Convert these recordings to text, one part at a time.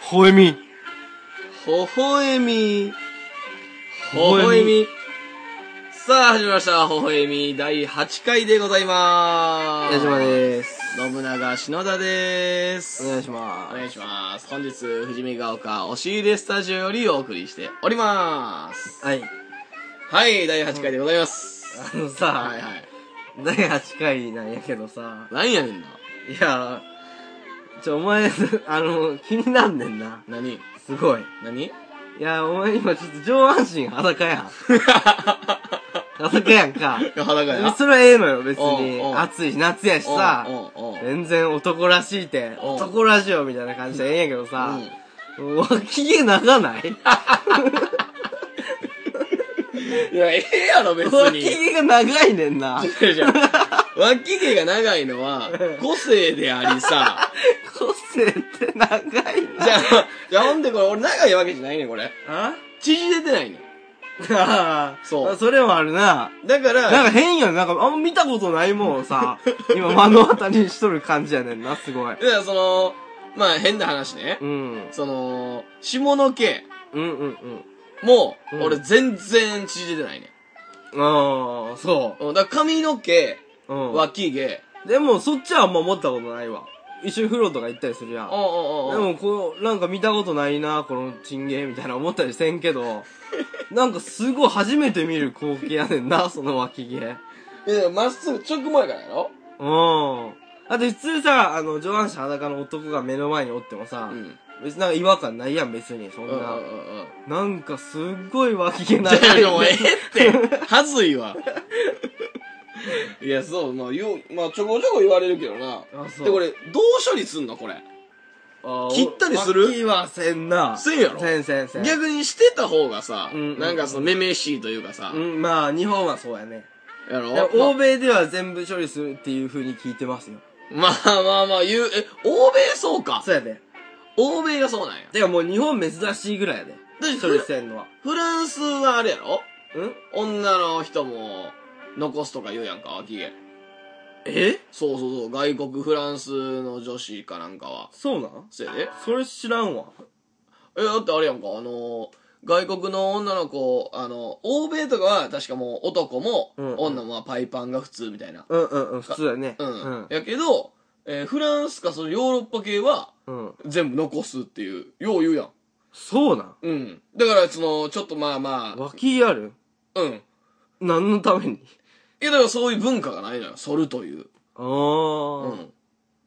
ほえみ。ほほえみ。ほほえみ。さあ、始まりました。ほほえみ第8回でございまーす。矢島です。信長篠田でーす。お願いしますお願いします。本日、富士見ヶ丘押し入れスタジオよりお送りしております。はい。はい、第8回でございます。あのさ、はいはい。第8回なんやけどさ、何やねんいな。や、ちょ、お前、あの、気になんねんな。何すごい。 何いや、お前今ちょっと上半身裸やん。裸やんか。裸や。それはええのよ、別におうお。う暑いし、夏やしさ。うんうんうん全然男らしいて、おう男ラジオみたいな感じでええんやけどさうん、脇毛長ないいや、ええやろ、別脇に。毛が長いねんな。違う違う脇毛が長いのは、個性であり さ。個性って長いな。じゃあ、じゃあほんでこれ、俺長いわけじゃないねんこれ。あ縮れてないねんあーそうあそれもあるな。だから、なんか変よね。なんかあんま見たことないもんを さ、今目の当たりにしとる感じやねんな、すごい。だからその、まあ変な話ねう。ん。その、下の毛うんうんうん。も、うん俺全然縮れてないねああ、そんうん。だから髪の毛、う。うん。脇毛、でも、そっちはあんま思ったことないわ。一緒に風呂とか行ったりするやん。うんうんでうんうん。も、こう、なんか見たことないな、このチンゲーみたいな思ったりせんけ ど、なんかすごい初めて見る光景やねんな、その脇毛。うん。いやまっすぐ直前からやろあと普通さ、あの、上半身裸の男が目の前におってもうさ、ん。別になんか違和感ないやん、別に、そうんんうんうんな。うん。なんかすっごい脇毛じゃ長い。あもうええ って、はずいわ。いや、そう、まあ、よう、まあ、ちょこちょこ言われるけどな。あそうで、これ、どう処理すんのこれ。あ切ったりする脇はせんな。せんやろせんせんせん。逆にしてた方がさ、うんなんかその、めめしいというかさ、うん、まあ、日本はそうやね。やろでも欧ま米では全部処理するっていう風に聞いてますよ。まあまあまあ、言う、え、欧米そうか。そうやで。欧米がそうなんや。てかもう日本珍しいぐらいやで。だって処理せんのは。フランスはあれやろうん女の人も、残すとか言うやんか、脇毛。えそうそうそう、外国フランスの女子かなんかは。そうなんせやで。それ知らんわ。え、だってあれやんか、あのー外国の女の子、あの、欧米とかは確かもう男も、うんうん女もまあパイパンが普通みたいな。うんうんうん、普通だね。うん。うん。やけど、えーフランスかそのヨーロッパ系はうん。全部残すっていう、よう言うやん。そうなんうん。だから、その、ちょっとまあま脇毛あるあ、うん。何のためにいや、だからそういう文化がないのよ。剃るという。あうー。ん。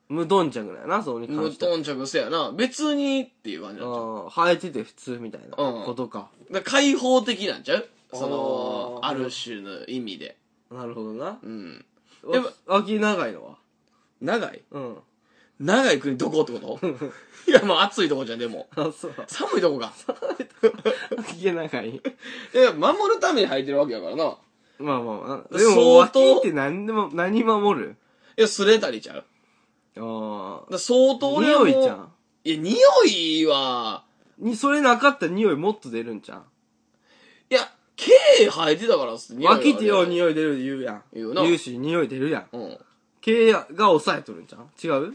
無頓着だよな、それに無関しては。頓着せやな。別にっていう感じあなんちゃうー生えてて普通みたいなうんことか。だから開放的なんちゃうその、あーある種の意味で。なるほどな。うん。やっわ脇長いのは長いうん。長い国どこってこと いや、まあ暑いとこじゃん、でも。あ、そう。寒いとこか。脇毛長い。いや、守るために履いてるわけやからな。まあまあまあ。でも、相脇当毛って何でも、何守るいや、すれたりちゃう。だかあら相当ー。俺はも匂いうじゃん。いや、匂いは、に、それなかったら匂いもっと出るんじゃん。いや、毛生えてたからっす。匂いは脇ってよう匂い。匂い出る言うやん。言うなし、匂い出るやん。うん。毛が抑えとるんじゃん違う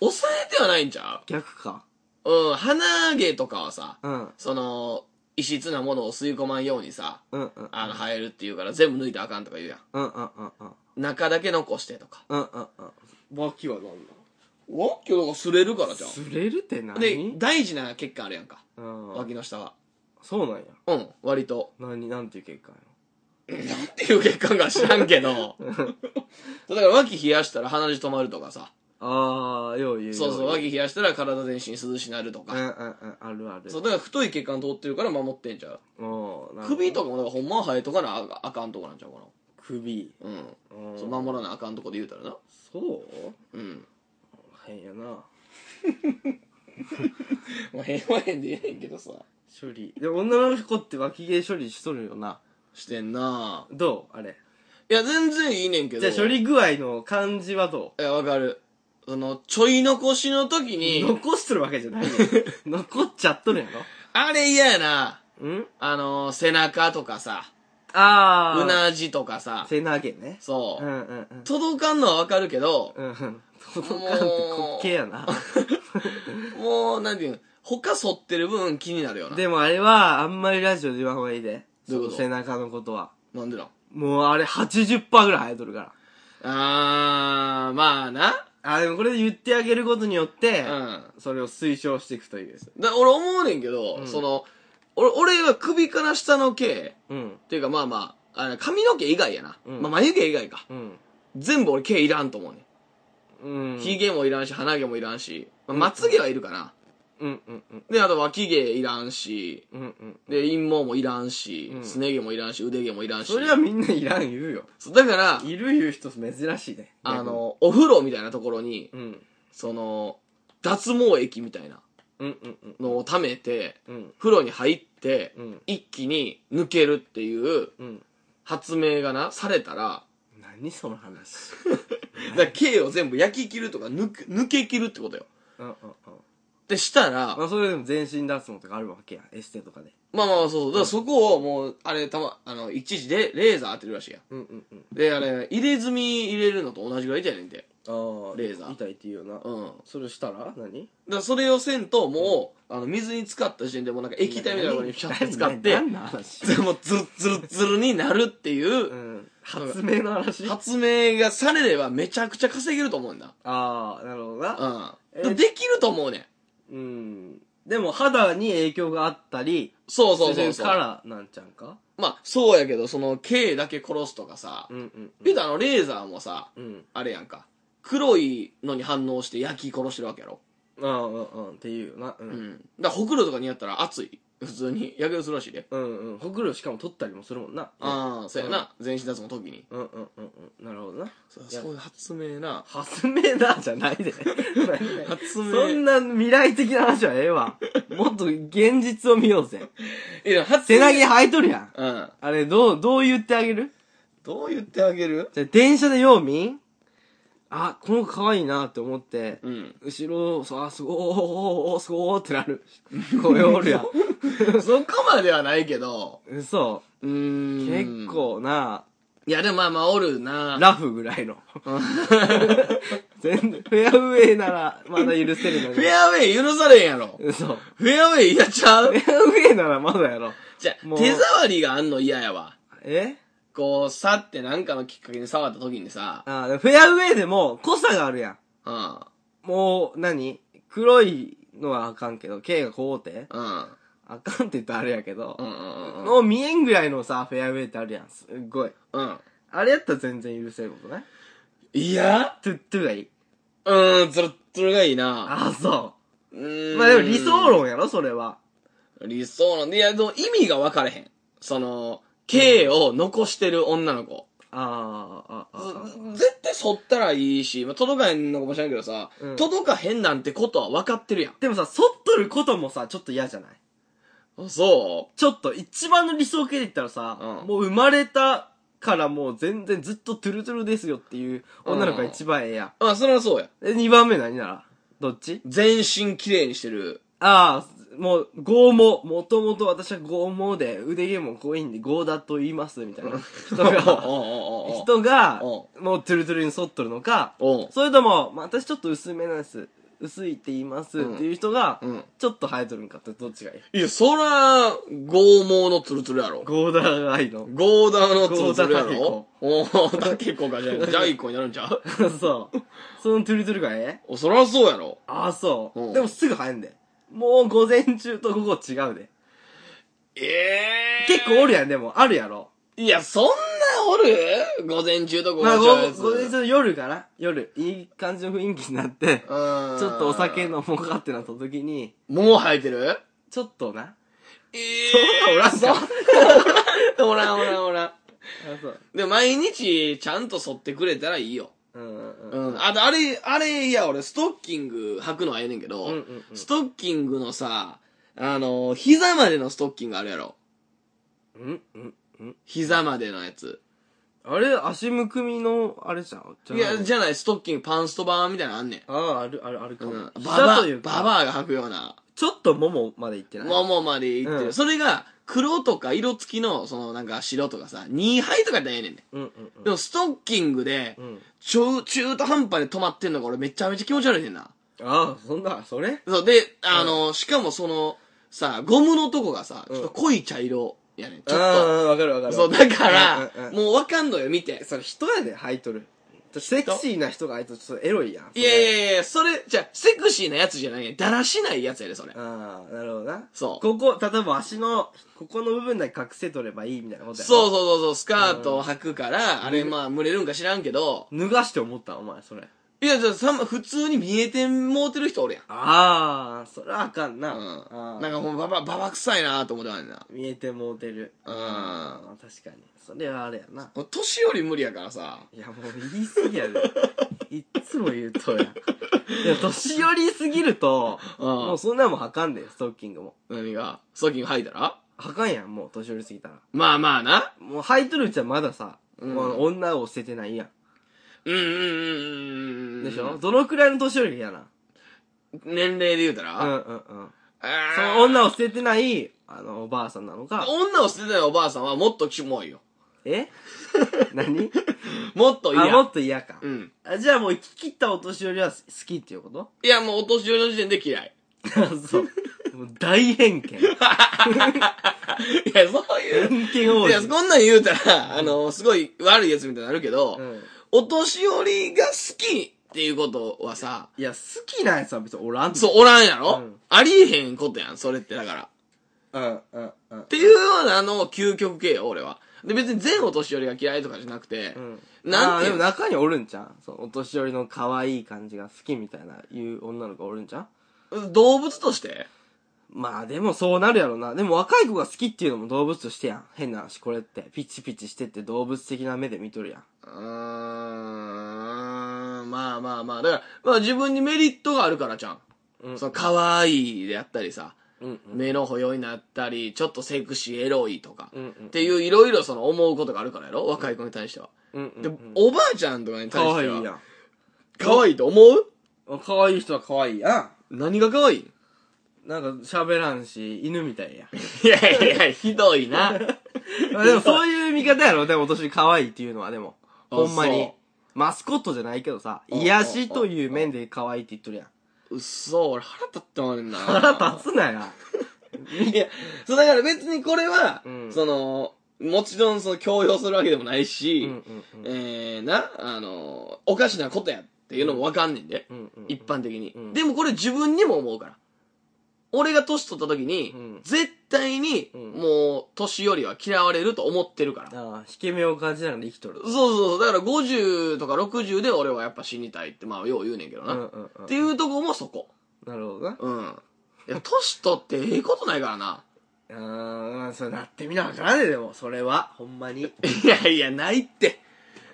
抑えてはないんちゃ逆か。ううん、鼻毛とかはさ、うん。その、異質なものを吸い込まんようにさ、うんうん。うんあの、生えるっていうから全部抜いてあかんとか言うやん。うんうんうんうん。中だけ残してとか。うんうんうん。脇はなんだわ今日なんかすれるからじゃん。擦れるって何で、大事な血管あるやんか。うん。脇の下は。そうなんや。うん、割と。何、なんていう結果やっていう血管が知らんけど。だから脇冷やしたら鼻血止まるとかさ。あー、よう言う。そうそう、よ言脇冷やしたら体全身涼しなるとうんうか。んうん、あるある。そう、だから太い血管通ってるから守ってんちゃう。おーなるほど首とかもだからほんまは生えとかなああかんとこなんちゃうか首。な。う。うんんそう、守らなあかんとこで言うたらな。そううん。変やな。まあ、変は変で言えへんけどさ。処理。で、女の子って脇毛処理しとるよな。してんなどうあれ。いや、全然いいねんけど。じゃあ処理具合の感じはどういや、わかる。その、ちょい残しの時に、残しとるわけじゃない よ残っちゃっとるんやあれ嫌やな。ろんあのー、背中とかさ。ああ。うなじとかさ、背投げね。そうう。んうんうん。届かんのはわかるけど、うんうん。届かんって滑稽やな。もう、なんていうん、他反ってる分気になるよ な。でもあれは、あんまりラジオで言わんほうがいいで。どういうことその背中のことは。なんでなんもうあれ80%ぐらい生えとるから。あー、まあな。あ、でもこれで言ってあげることによって、うん。それを推奨していくという。だ俺思うねんけど、うんその、俺、俺は首から下の毛、うん。っていうかまあまあ、あの髪の毛以外やな。うんまあ眉毛以外か。うん。全部俺毛いらんと思うねん。うん。髭もいらんし、鼻毛もいらんし、まあ、まつげはいるかな。うんうんうん。で、あと脇毛いらんし、うんうん。で、陰毛もいらんしう、んすね毛もいらんし、腕毛もいらんし。それはみんないらん言うよ。そうだから、いる言う人珍しいね。あ、の、お風呂みたいなところに、うん。その、脱毛液みたいなうんうんうん。のを溜めて、うん。風呂に入って、うん。一気に抜けるっていううん。発明がな、されたら、何その 話。だから毛を全部焼き切るとか抜く、抜け切るってことよ。うんうんうん。で、したら、まあそれでも全身脱毛とかあるわけやん。エステとかで。まあまあそうそう。だからそこをもう、あれ、たま、あの、一時でレーザー当てるらしいやん。うんうんうん。で、あれ、入れ墨入れるのと同じぐらいじゃねんて。ああ、レーザー痛いって言うよな。うん。だかそれしたら何らそれをせんと、もう、あの、水に浸かった時点でもうなんか液体みたいなものにシャッて使って、 何の話もうツルツルツルになるっていうう、ん。発明の話あ発明がされればめちゃくちゃ稼げると思うんだ。あー、なるほどうな。ん。えーできると思うねん。うん。でも肌に影響があったり、そうそうそうそう。からなんちゃんかまあ、そうやけど、その、毛だけ殺すとかさ、うんうん言うたらあの、レーザーもさ、うん。うん。あれやんか。黒いのに反応して焼き殺してるわけやろ。ああ、うんうん。っていうよな。う。うんん。だから、ほくろとかにやったら熱い。普通に。やけどするらしいで。うんうん。ほくろしかも取ったりもするもんな。ああ、そうやな。全身脱毛の時に。うんうんうんうん。なるほどな。そういやいう発明な。発明だじゃないで。 発そ明んな未来的な話はええわ。もっと現実を見ようぜ。 いや、発背投げ生えとるやん。うん。あれ、どう、どう言ってあげるどう言ってあげるじゃあ電車でよう見んあ、この子可愛いなって思って、うん。後ろを、そうあ、すごい、おーおーおーすごいってなる。声おるやん。そこまではないけど。嘘。うーん。結。構な、いや、でもまあまあ、おるな。ラフぐらいの。全然、フェアウェイなら、まだ許せるのに。フェアウェイ許されんやろ。嘘。フェアウェイ嫌ちゃフうェアウェイならまだやろ。じゃあ、もう手触りがあんの嫌やわ。えこう、さってなんかのきっかけに触った時にさ、あーでもフェアウェイでも、濃さがあるやうん。ん。もう、何黒いのはあかんけど、K がこうて。うん。あかんって言ったらあれやけどう、んうんうんもう見えんぐらいのさ、フェアウェイってあるやん。すっごい。うん。うん。あれやったら全然許せることね。いやトゥットゥがいい。うーん、ツルッツルがいいな。ああ、そうーう。ん。まあでも理想。論やろ、それは。理想論。いや、でも意味が分かれへん。その、K を残してる女の子。あーあ、ああ、あ絶対剃ったらいいし、まあ、届かへんのかもしれんけどさ、うん届かへんなんてことは分かってるやん。でもさ、剃っとることもさ、ちょっと嫌じゃないあそちょっと、一番の理想形で言ったらさ、うんもう生まれたからもう全然ずっとトゥルトゥルですよっていう女の子が一番ええやん。うまあ、それはそうや。で、二番目何ならどっち全身綺麗にして る。ああ、もう、剛毛。もともと私は剛毛で、腕毛も濃いんで、剛だと言います、みたいな人 おうが、おうおうおう人が、もううトゥルトゥルに剃っとるのか、おうそれとも、まあ、私ちょっと薄めなんです。薄いって言いますっていう人が、うん。ちょっと生えとるんかってどっちがいいいや、そら、剛毛のツルツルやろ。ゴーダーがいいの ゴーダーのツルツルやろおー、だけこか じゃない。ジャイコになるん ちゃうそう。そのトゥルトゥルがええお、そらそうやろ。ああ、そう、うんでもすぐ生えんで。もう午前中と午後違うで。ええ結構おるやん、でも。あるやろ。いや、そんなおる午前中と午まあ、後午ちゃうやつ午前中の夜かな夜。いい感じの雰囲気になって、うんちょっとお酒飲もうかってなった時に、もう生えてるちょっとな。えそんなおらんかそ んなおらんおらんおらん。あ、そう。でも、毎日、ちゃんと剃ってくれたらいいよ。うんう。うんん。あと、あれ、あれ、いや、俺、ストッキング履くのはええねんけど、うんうんうんストッキングのさ、あの、膝までのストッキングあるやろ。うん、うん、うん。膝までのやつ。あれ、足むくみの、あれじゃん。いや、ゃじゃない、ストッキング、パンストバーみたいなのあんねん。ああ、ある、ある、あるかうも。ん。バ膝バアという、かババアが履くような。ちょっとももまで行ってない。ももまで行ってる。うんそれが、黒とか色付きの、そのなんか白とかさ、2杯とかやったらええねんね。うんうんでもストッキングでう、ん。うん。中、中途半端で止まってんのが俺めちゃめちゃ気持ち悪いねんな。ああ、そんな、それそう、で、あの、しかもその、さ、ゴムのとこがさ、ちうんょっと濃い茶色やねん。ちょあっあ、わかるわかと。る。そう、だからうんうんう、んもうわかんのよ、見て。それ人やで、履いとる。セクシーな人が履いとるとちょっとエロいやん。いやいや。やいや、それ、じゃあセクシーなやつじゃないねんだらしないやつやで、それ。ああ、なるほどな。そう。ここ、例えば足の、ここの部分だけ隠せとればいいみたいなことやそうう。そうそうそう、スカートを履くから、あれまあ、蒸れるんか知らんけど、脱がして思った、お前、それ。いや、じゃあさん普通に見えてもうてる人おるやん。ああ、それはあかんな。うん。ななんんかかもうババ、ババ臭いなと思ってまんねんな。見えてもうてる。うんあー確かに。それはあれやな。もう年寄り無理やからさ。いや、もう言い過ぎやで。いっつも言うとや。いや、年寄りすぎると、うんもうそんなんもん履かんで、ストッキングも。何がストッキング履いたら履かんやん、もう年寄りすぎたら。まあまあな。もう履いとるうちはまださ、うんもう女を捨ててないやん。うんうんうんうん。でしょ、どのくらいの年寄りが嫌な年齢で言うたら、うんあうんうん。ーその女を捨ててない、あの、おばあさんなのか。女を捨てたよおばあさんはもっとキモいよ。 え何もっと嫌。あ、もっと嫌かう。ん。あじゃあもう生き切ったお年寄りは好きっていうこといや、もうお年寄りの時点で嫌い。 そう。もう大偏見。 いや、そういう。偏見多いい。や、こんなん言うたら、あの、すごい悪いやつみたいになるけど、うんお年寄りが好きっていうことはさ、いや、好きなやつは別におらんそう、おらんやろ、うんありえへんことやん、それってだから。っう。うん、うん、うん。っていうようなのを究極系よ、俺は。で、別に全お年寄りが嫌いとかじゃなくて、うん。ななんんててでいうもの中におるんちゃうそのお年寄りの可愛い感じが好きみたいな、いう女の子おるんちゃう動物としてまあでもそうなるやろな。でも若い子が好きっていうのも動物としてやん。変な話、これって。ピチピチしてって動物的な目で見とるやん。うーん、まあまあまあ。だから、まあ自分にメリットがあるからじゃん。うんその、可愛いであったりさ、うん、うん。目の保養になったり、ちょっとセクシーエロいとか、うん、っ。ていういろいろその思うことがあるからやろ若い子に対しては。うん、うん。で、うんおばあちゃんとかに対可し愛ていやは、ん。可愛いと思う可愛い人は可愛いやん。何が可愛いなんか喋らんし、犬みたいや。 いやいやいや、ひどいな。まあでもそういう見方やろ、でも私可愛いっていうのはでも。あほんまそうに。マスコットじゃないけどさ、うん癒しという面で可愛いって言っとるやん。うっそ、俺腹立ってまんねんな。腹立つなや。いや、そうだから別にこれは、うんその、もちろんその強要するわけでもないし、うんうんうんえー、な、あの、おかしなことやっていうのもわかんねんで、うんうん。一般的に、うんでもこれ自分にも思うから。俺が年取った時に、うん絶対に、うんもう、年寄りは嫌われると思ってるから。ああ、引け目を感じながら生きとる。そうそうそう、だから50とか60で俺はやっぱ死にたいって、まあ、よう言うねんけどうな。んうんっうん。ていうとこもそこ。なるほどな。うん。い や、年取ってええことないからな。あーまあ、そうなってみなわからねえでも、それは、ほんまに。いやいや、ないって。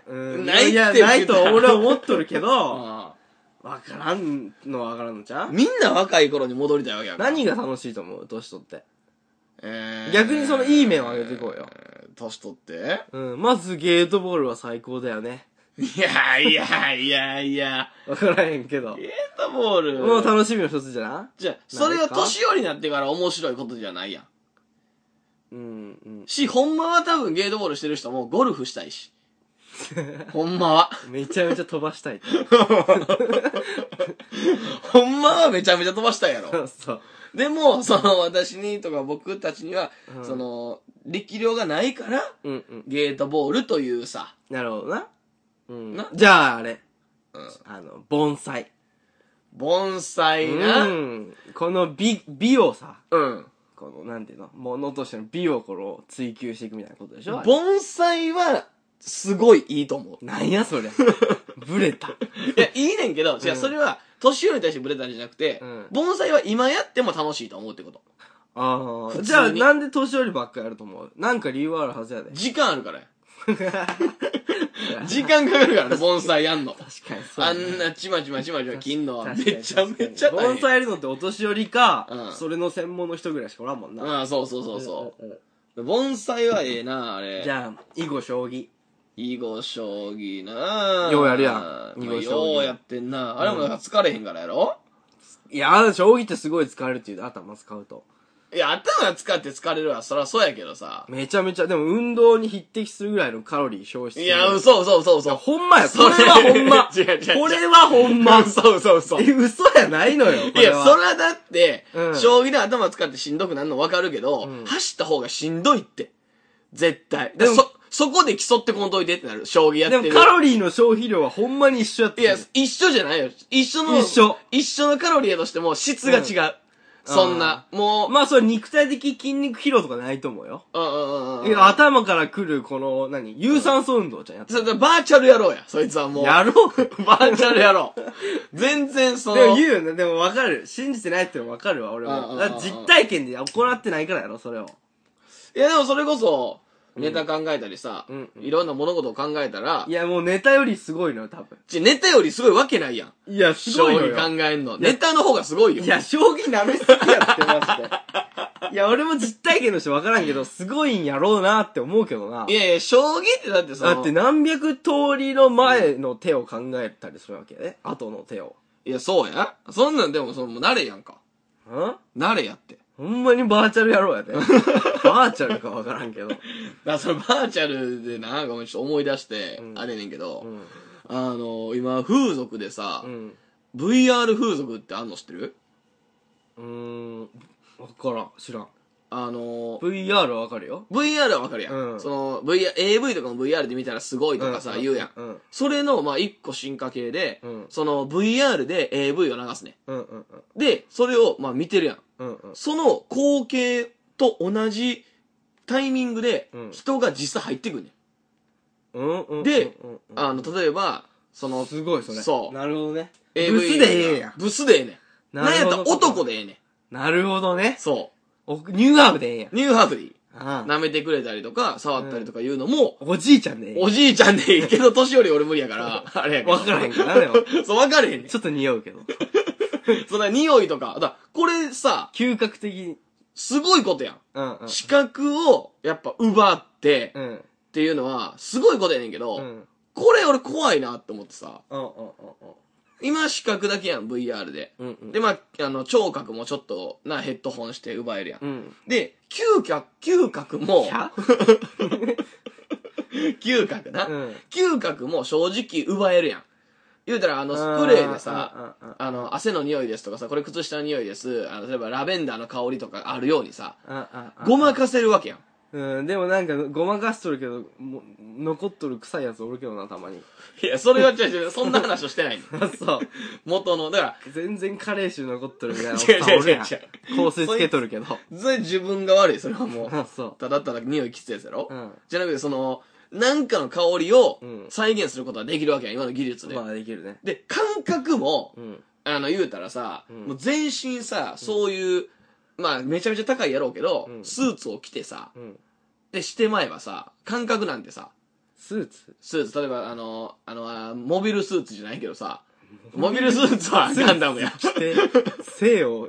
うん。ないってや言うや、ないと俺は思っとるけ ど、あわからんのはわからんのちゃあうみんな若い頃に戻りたいわけやから。何が楽しいと思う年取って。えー逆にそのいい面を上げていこうよ。えー年取ってうん。まずゲートボールは最高だよね。いやいやいやいや。わからへんけどゲ。ートボール。もう楽しみの一つじゃなじゃあそれは年寄りになってから面白いことじゃないやん。うん、うん。し、ほんまは多分ゲートボールしてる人もゴルフした いし。ほんまは。めちゃめちゃ飛ばしたいって。ほんまはめちゃめちゃ飛ばしたいやろ。 そう。でも、その私にとか僕たちには、うんその、力量がないから、うんうん。ゲートボールというさ、なるほどな。うんな。じゃあ、あれ。うんあの、盆栽。盆栽うな。ん。この美、美をさ、うん。この、なんていうの、ものとしての美をこの追求していくみたいなことでしょあれ盆栽は、すごいいいと思う。なんや それ。ブレ た。いや、いいねんけど、違うう、んそれは、年寄りに対してブレたんじゃなくてうん、盆栽は今やっても楽しいと思うってこと。あ普通あ。にじゃあ、なんで年寄りばっかやると思うなんか理由あるはず やで。時間あるからや。時間かかるからね、盆栽やんの。確かにそう。あんなちまちまちまちま切んのは確かにめちゃめちゃ確かに大盆変。栽やるのってお年寄りか、うんそれの専門の人ぐらいしかおらんもんな。うん、そうそうそうそうんうんう。盆栽はええな、あれ。じゃあ、囲碁将棋。囲碁将棋なようやるやん囲碁囲碁将将棋。棋ようやってんな。あれもなんか疲れへんからやろいやー、将棋ってすごい疲れるっていう、頭使うと。いや、頭使って疲れるわ。そらそうやけどさ。めちゃめちゃ、でも運動に匹敵するぐらいのカロリー消費いや、嘘嘘嘘嘘。ほんまや、こそれれはほんま。違う違う違うこれはほんま。嘘嘘嘘。え、嘘やないのよ。こいれや、はそれはだって、うん将棋で頭使ってしんどくなるの分かるけど、うん走った方がしんどいって。絶対。でもそ、そこで競ってこんといてってなる。将棋やってでる。もカロリーの消費量はほんまに一緒やっいてや、一緒じゃないよ。一緒の、一緒。一緒のカロリーやとしても質が違う。そんな、もう、まあそれ肉体的筋肉疲労とかないと思うよ。うんうんうんうん。だけど頭から来るこの、何有酸素運動じゃんやつ。それバーチャルやろうや。そいつはもう。やろうでバーチャルやろう。全然その。も言うよね。 でもわかる。信じてないってのわかるわ、俺うんうんうも。んだって実体験で行ってないからやろ、それを。いやでもそれこそ、ネタ考えたりさ、うんうんいろんな物事を考えたらい、や、もうネタよりすごいのよ、多分。ちネタよりすごいわけないやん。いや、す将ごいの棋よ。考えんの。いやネタの方がすごいよ。いや、将棋舐めすぎやって、マジで。いや、俺も実体験としてわからんけど、すごいんやろうなって思うけどな。いやいや、将棋ってだってさ、だって何百通りの前の手を考えたりするわけね。後の手を。いや、そうや。そんなんでも、その、もう慣れやんか。ん慣れやって。ほんまにバーチャルやろうや で。バーチャルかわからんけど。だから そのバーチャルでな、ごめん、ちょっと思い出して、うんあれやねんけど、うん。あの、今、風俗でさう、ん。 VR 風俗ってあんの知ってるうーん。わからん。知らん。あの、 VR はわかるよ。 VR はわかるやん。うんその、VR、AV とかも VR で見たらすごいとかさ、言うやん。うん。それの、まあ、一個進化系で、うんその、VR で AV を流すね。うんうんうん。で、それを、まあ、見てるやん。うんうん。その光景と同じタイミングでうん、人が実際入ってくんね、うんうん。でうんうんうんん。あの、例えば、その、すごいそれ。そうなるほどね。ブスでええやん。ブスでええねん。なんやったら男で。でええねん。なるほどね。そおニューハーフでええやんう。ニューハーフでいい。。ああ舐めてくれたりとか、触ったりとかいうのも、おじいちゃんでええやおじいちゃんでいいけど、年寄り俺無理やから、あれやん。け どわからへんからね。でも そう、わかれへんね ん。ちょっと匂うけど。そんな匂いとか。だからこれさ、嗅覚的に。すごいことやん。うんうん。視覚を、やっぱ奪って、うん。っていうのは、すごいことやねんけど、うん。うんこれ俺怖いなって思ってさ、うん今視覚だけやん、VR で。うんうん。で、まあ、あの、聴覚もちょっと、な、ヘッドホンして奪えるやん。うん。で、嗅覚、嗅覚も、キャ嗅覚な、うん。嗅覚も正直奪えるやん。言うたら、あの、スプレーでさ、うんうんあの、汗の匂いですとかさ、これ靴下の匂いです。あの、例えばラベンダーの香りとかあるようにさ、うんうんうんごまかせるわけやん。うん、でもなんか、ごまかしとるけど、もう残っとる臭いやつおるけどな、たまに。 いや、それは違う違う、そんな話をしてないねん。あ、そう。元の、だから、全然カレー臭残っとるみたいなおっ違うさん違おうる違う違やん。香水つけとるけど。う。それ自分が悪い、それはもう。あ、 そただただ匂いきついやつやろ、う。うん。じゃなくて、その、なんかの香りをうん再現することはできるわけやん、今の技術で。まあ、できるね。で、感覚も、うん。あの、言うたらさ、うんもう全身さ、そういう、まあ、めちゃめちゃ高いやろうけど、うんスーツを着てさ、うん。で、してまえばさ、感覚なんてさ、スーツスーツ、例えば、あの、あの、あモビルスーツじゃないけどさ、モビルスーツはガンダムや。着て、性を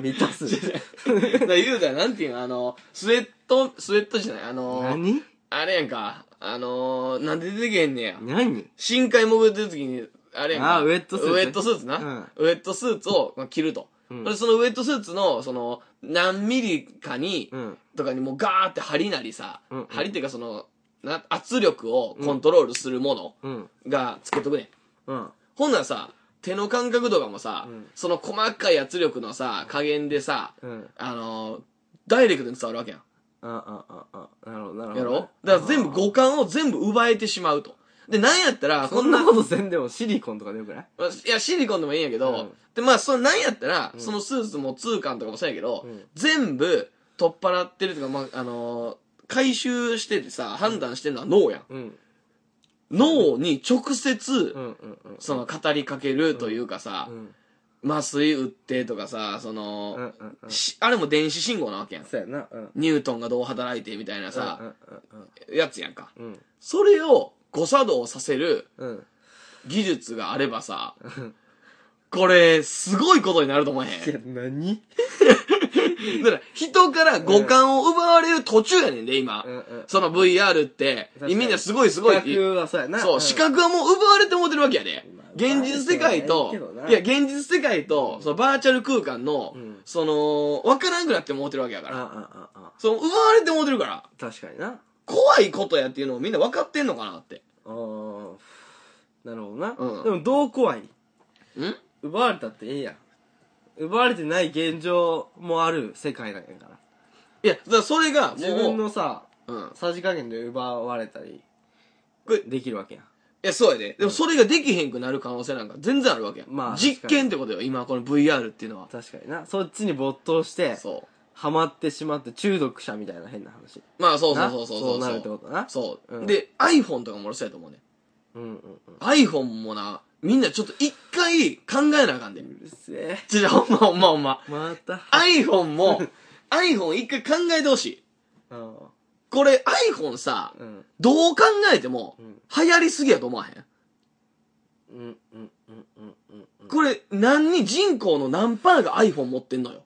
満た す。だから 言うたら、なんていうの、あの、スウェット、スウェットじゃない、あの、何あれやんか、あの、なんで出てけへんねや。何深海潜ってる時に、あれやんか。あーウェットスーツウェットスーツな。ウェットスーツをまあ着ると。うんそれそのウェットスーツの、その、何ミリかに、うん。とかにもうガーって針なりさ、うんうん針っていうかその、な、圧力をコントロールするものうん。がつけとくねん。うん。ほんならさ、手の感覚とかもさ、うんその細かい圧力のさ、加減でさ、うん。あのーダイレクトに伝わるわけやん。あああああなるほどなるほどやろだから全部あ五感を全部奪えてしまうと。で、なんやったら、あこそんんななことせんでもシリコンとかでよくないまあいや、シリコンでもいいんやけど、うんで、まあ、その、なんやったら、うんそのスーツも通感とかもそうやけど、うん全部、取っ払ってるとか、まあ、あのー回収しててさ、判断してるのは脳やん。うん脳に直接う、んうんうんその、語りかけるというかさう、ん麻酔打ってとかさ、そうんうの、んうんしあれも電子信号なわけやん。そうやなうんニュートンがどう働いてみたいなさ、うんやつやんか。うんそれを誤作動させるうんうん技術があればさん、これ、すごいことになると思えへんい。や 何だから、人から五感を奪われる途中やねんで、今。うんうんその VR って、確かにみんなすごいすごい企。画はそうやなそう、ん視覚はもう奪われて思ってるわけやで。まあ現実世界と、いいやや、、現実世界と、そのバーチャル空間の、うんその、わからんくなって思ってるわけやから。ああああ、その、奪われて思ってるから、確かにな。あ怖いことやっていうのをみんな分かってんのかなって。あー、なるほどな。うんでもどう怖いん奪われたってええやん。奪われてない現状もある世界なんやから。いや、だからそれが、もう、自分のさ、うん。さじ加減で奪われたりこれできるわけやん。いや、そうやで。でもそれができへんくなる可能性なんか全然あるわけや。まあ実験ってことよ、今この VR っていうのは。確かにな。そっちに没頭して、そハマってしまって中毒者みたいな変な話。う。まあ、そうそうそうそうなそうなるってことだな。そう、うんで、iPhone とかも俺そうやと思うね。うんうんうん。 iPhone もな、みんなちょっと一回考えなあかんで。うるせえ。ちょ、ちょほんまほんまほんま。また。iPhone も、iPhone 一回考えてほしい。うん。これ iPhone さ、うん。どう考えてもう、ん。流行りすぎやと思わへん。うん。うん。うん。うん。うん。うんこれ、何人、人口の何パーが iPhone 持ってんのよ。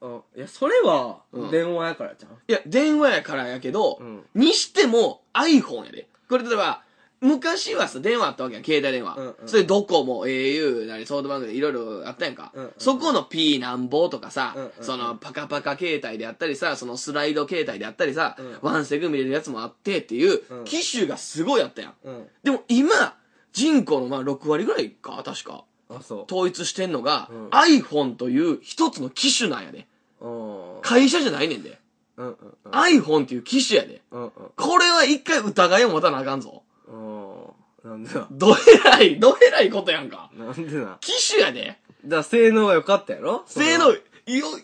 あ。いや、それはうん、電話やからじゃん。いや、電話やからやけど、うん。にしても iPhone やで。これ例えば、昔はさ、電話あったわけやん、携帯電話。うんうんそれドコモ、au なり、ソフトバンクでいろいろあったやんか。うんうんそこの P なんぼとかさ、うんうんうんそのパカパカ携帯であったりさ、そのスライド携帯であったりさ、うんワンセグ見れるやつもあってっていうう、ん機種がすごいあったやん。うん。でも今、人口のまあ6割ぐらいか、確か。あ、そ統一してんのが、うん iPhone という一つの機種なんやで。う。うん。会社じゃないねんで。うん。うん。うん。 iPhone っていう機種やで。うん。うん。これは一回疑いを持たなあかんぞ。うん。なんでな。どえらい、どえらいことやんか。なんでな。機種やで。だから性能が良かったやろ性能、。よ、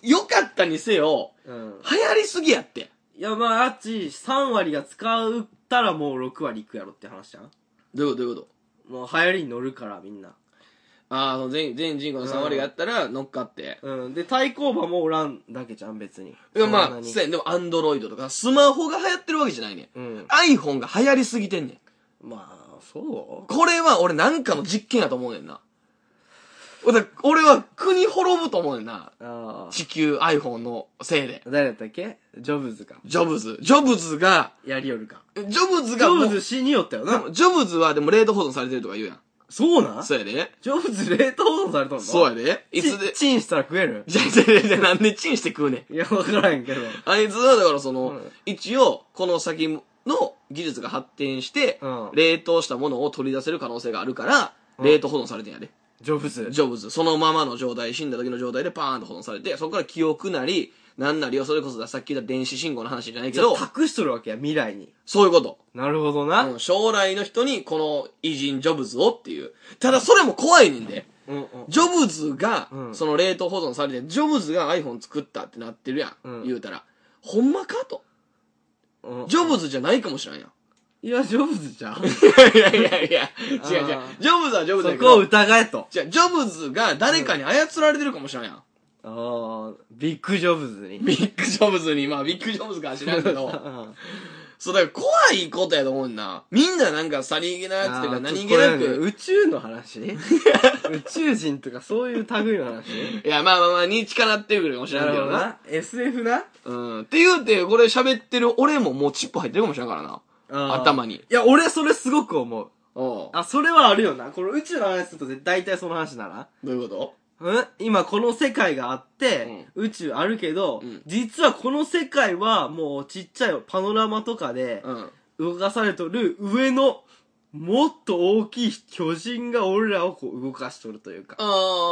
良かったにせよ、うん。流行りすぎやって。いや、まあ、あっち、3割が使ったらもう6割いくやろって話じゃんどういうことどういうこともう流行りに乗るから、みんな。ああ、その全、全人口の3割がやったら乗っかって。うん。で、対抗馬もおらんだけじゃん、別に。いそや、まんなあ、にせやでもアンドロイドとか、スマホが流行ってるわけじゃないねん。うん。 iPhone が流行りすぎてんねん。まあ、そこれは俺なんかの実験やと思うねんな。だ俺は国滅ぶと思うねんな。うあ地球 iPhone のせいで。あ。誰だったっけジョブズか。ジョブズ。ジョブズが、やりよるか。ジョブズジがョもうブズ死によったよでな。もジョブズはでも冷凍保存されてるとか言うやん。そうなんそうやで。ジョブズ冷凍保存されたのそや。うやで。いいつつでで。。チンしたら食えるじゃ、じゃ、じゃじゃ、なんでチンして食うねん。いや、わからへんけど。あいつはだからその、うん一応、この先の技術が発展して、うん冷凍したものを取り出せる可能性があるから、うん冷凍保存されてんやで。ジョブズ。ジョブズ、そのままの状態、死んだ時の状態でパーンと保存されて、そこから記憶なり、なんなりを、それこそさっき言った電子信号の話じゃないけじゃど、あ託しとるわけや、未来に。そういうこと。なるほどな。うん将来の人に、この偉人ジョブズをっていう。ただそれも怖いねんで。うんうん。ジョブズが、うんその冷凍保存されて、ジョブズが iPhone 作ったってなってるやん。うん言うたら。ほんまかと。うんジョブズじゃないかもしれんや ん。いや、ジョブズじゃん。いやいやいや、違う 違うあ。ージョブズはジョブズそやけこをど。疑えと。じゃジョブズが誰かに操られてるかもしれんやん。ああ、ビッグジョブズに。ビッグジョブズに、まあビッグジョブズかは知らんけう ど。んそう、だから怖いことやと思うんだ。みんななんかさりげなやつとか何気あなーちょっとこれねく。宇宙の 話宇宙人とかそういう類の話いや、まあまあまあ、に近なってくるかもし れなんるけほどどな。な SF なうん。って言うて、これ喋ってる俺ももうチップ入ってるかもしれんからな。頭にいや俺それすごく思うおうあそれはあるよなこの宇宙の話すると絶対大体その話だなどういうことうん今この世界があって、宇宙あるけど、うん実はこの世界はもうちっちゃいパノラマとかでうん。動かされとる上のもっと大きい巨人が俺らをこう動かしとるというか、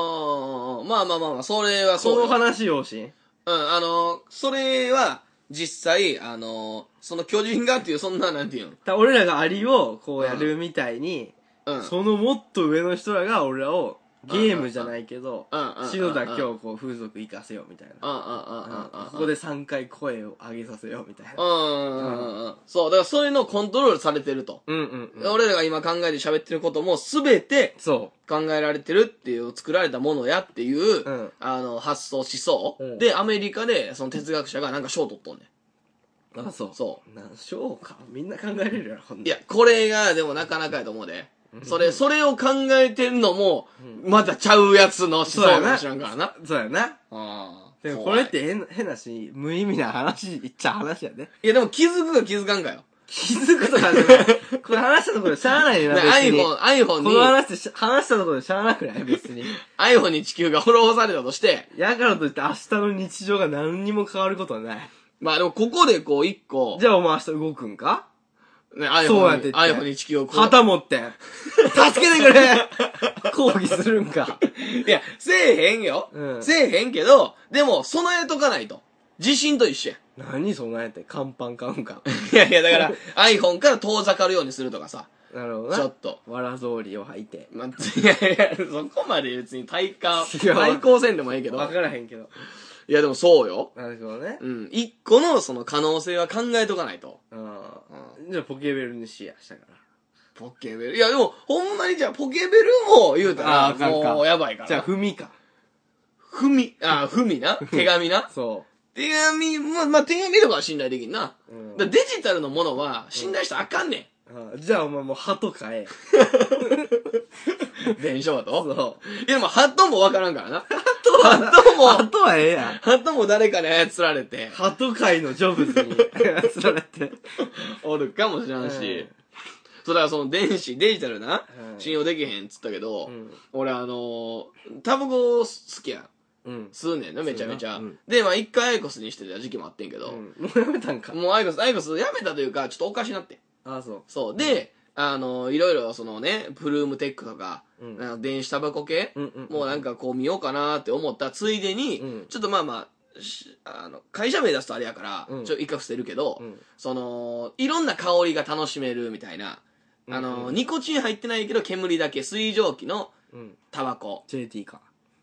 あまあまあまあまあ、それはそそうのよ。話よしんうん、あのー、それは、実際、あのー、その巨人がっていう、そんな、なんていうのだから俺らがアリをこうやるみたいに、うん。そのもっと上の人らが俺らをゲームじゃないけど、うんうんうん篠田今日こう風俗行かせようみたいな、うんうんうんうんうん。ここで3回声を上げさせようみたいな、うんうんうんうん。そう、だからそれのコントロールされてると。うんうんうん俺らが今考えて喋ってることも全てそ考えられてるっていう、作られたものやっていう、うんあの、発想思想、うんで、アメリカで、その哲学者がなんか賞取っとんね。うあそうんそ何しようかみんな考えれるやろこんなう。いや、これが、でもなかなかやと思うで。それ、それを考えてんのも、まだちゃうやつの思想そうやかなもしらんからな。そうやなあーでもこれっ。怖いて変変なし無意味な話言っちゃ話やねいや、でも気づくか気づかんかよ。気づくとかじゃない。 これ話したところでしゃあないな、別に。 iPhone、iPhone このに、話ってし話したところでしゃあなく ない別に。 iPhone に地球が滅ぼされたとして、やからといって明日の日常が何にも変わることはない。まあでもここでこう一個、じゃあお前明日動くんかね、そうやっ iPhone て言に、って iPhone に地球をこう旗持って。助けてくれ 抗議するんか。いや、せえへんよ。うんせえへんけど、でも備えとかないと。地震と一緒や。何備えて、カンパンカン カン。いやいや、だから iPhone から遠ざかるようにするとかさ。なるほどな。ちょっと。わらぞうりを履いて。まあ、 いやいや、そこまで別に対抗、いや対抗戦でもええけど。わからへんけど。いや、でもそうよ。なるほどね。うん。一個のその可能性は考えとかないと。うん。じゃあポケベルにしや、したかポケベル。いや、でも、ほんまにじゃあポケベルも言うたあーら、わかるか。もうやばいからら。じゃあ、、ふみか。ふみ、あー、ふみな。手紙な。そ手紙、まあ、まあ、手紙とかは信頼できんな。う。うんだからデジタルのものは信頼したらあかんねあじゃあお前もう鳩買え。ん。電車はとそう。いや、でも、ハットもわからんから な。ハットも、鳩はええやん。ハットも誰かに操られて、鳩界のジョブズ に操られて。おるかもしらんしうん。そう、だからその電子、デジタルなう、ん信用できへんっつったけど、うん俺あのー、タバコ好きやん。うん。吸うねんな、めちゃめちそうゃ。やなうんで、まあ一回アイコスにしてた時期もあってんけど、うんもうやめたんか。もうアイコス、アイコスやめたというか、ちょっとおかしなって。あ、そそう。で、あの、いろいろそのね、プルームテックとか、うんあの電子タバコ系、うんうんうんもうなんかこう見ようかなって思ったついでに、うんちょっとまあまあ、しあの会社名出すとあれやから、うんちょっと一回伏せるけど、うんその、いろんな香りが楽しめるみたいな、あの、うんうニコチン入ってないけど煙だけ水蒸気のう。うん。タバコ。 JT か。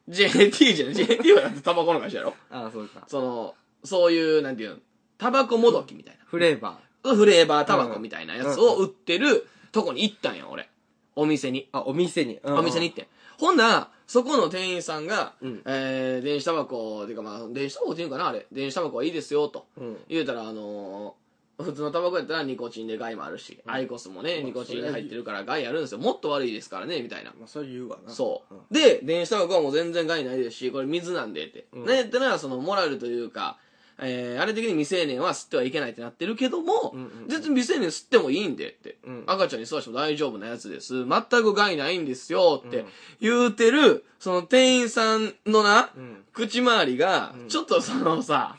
JT じゃない ?JT はだってタバコの会社やろあ、そうか。その、そういう、なんていうの、タバコもどきみたいな。フレーバー。フレーバータバコみたいなやつを売ってるとこに行ったんや、俺。お店に。あ、お店に。うんお店に行って。ほんなら、そこの店員さんが、うんえー、電子タバコ、ていうかまあ、電子タバコっていうんかな、あれ。電子タバコはいいですよ、と。うん。言うたら、あのー普通のタバコやったらニコチンで害もあるし、アイコスもね、まあニコチンが入ってるから害あるんですよ。もっと悪いですからね、みたいな。まあ、それ言うわな。そううん。で、電子タバコはもう全然害ないですし、これ水なんでって。うんねってのは、その、モラルというか、えー、あれ的に未成年は吸ってはいけないってなってるけども、うんうんうん全然未成年吸ってもいいんでって。うん赤ちゃんに吸わしても大丈夫なやつです。全く害ないんですよっうてん言うてる、その店員さんのな、うん。口周りが、うんちょっとその さ、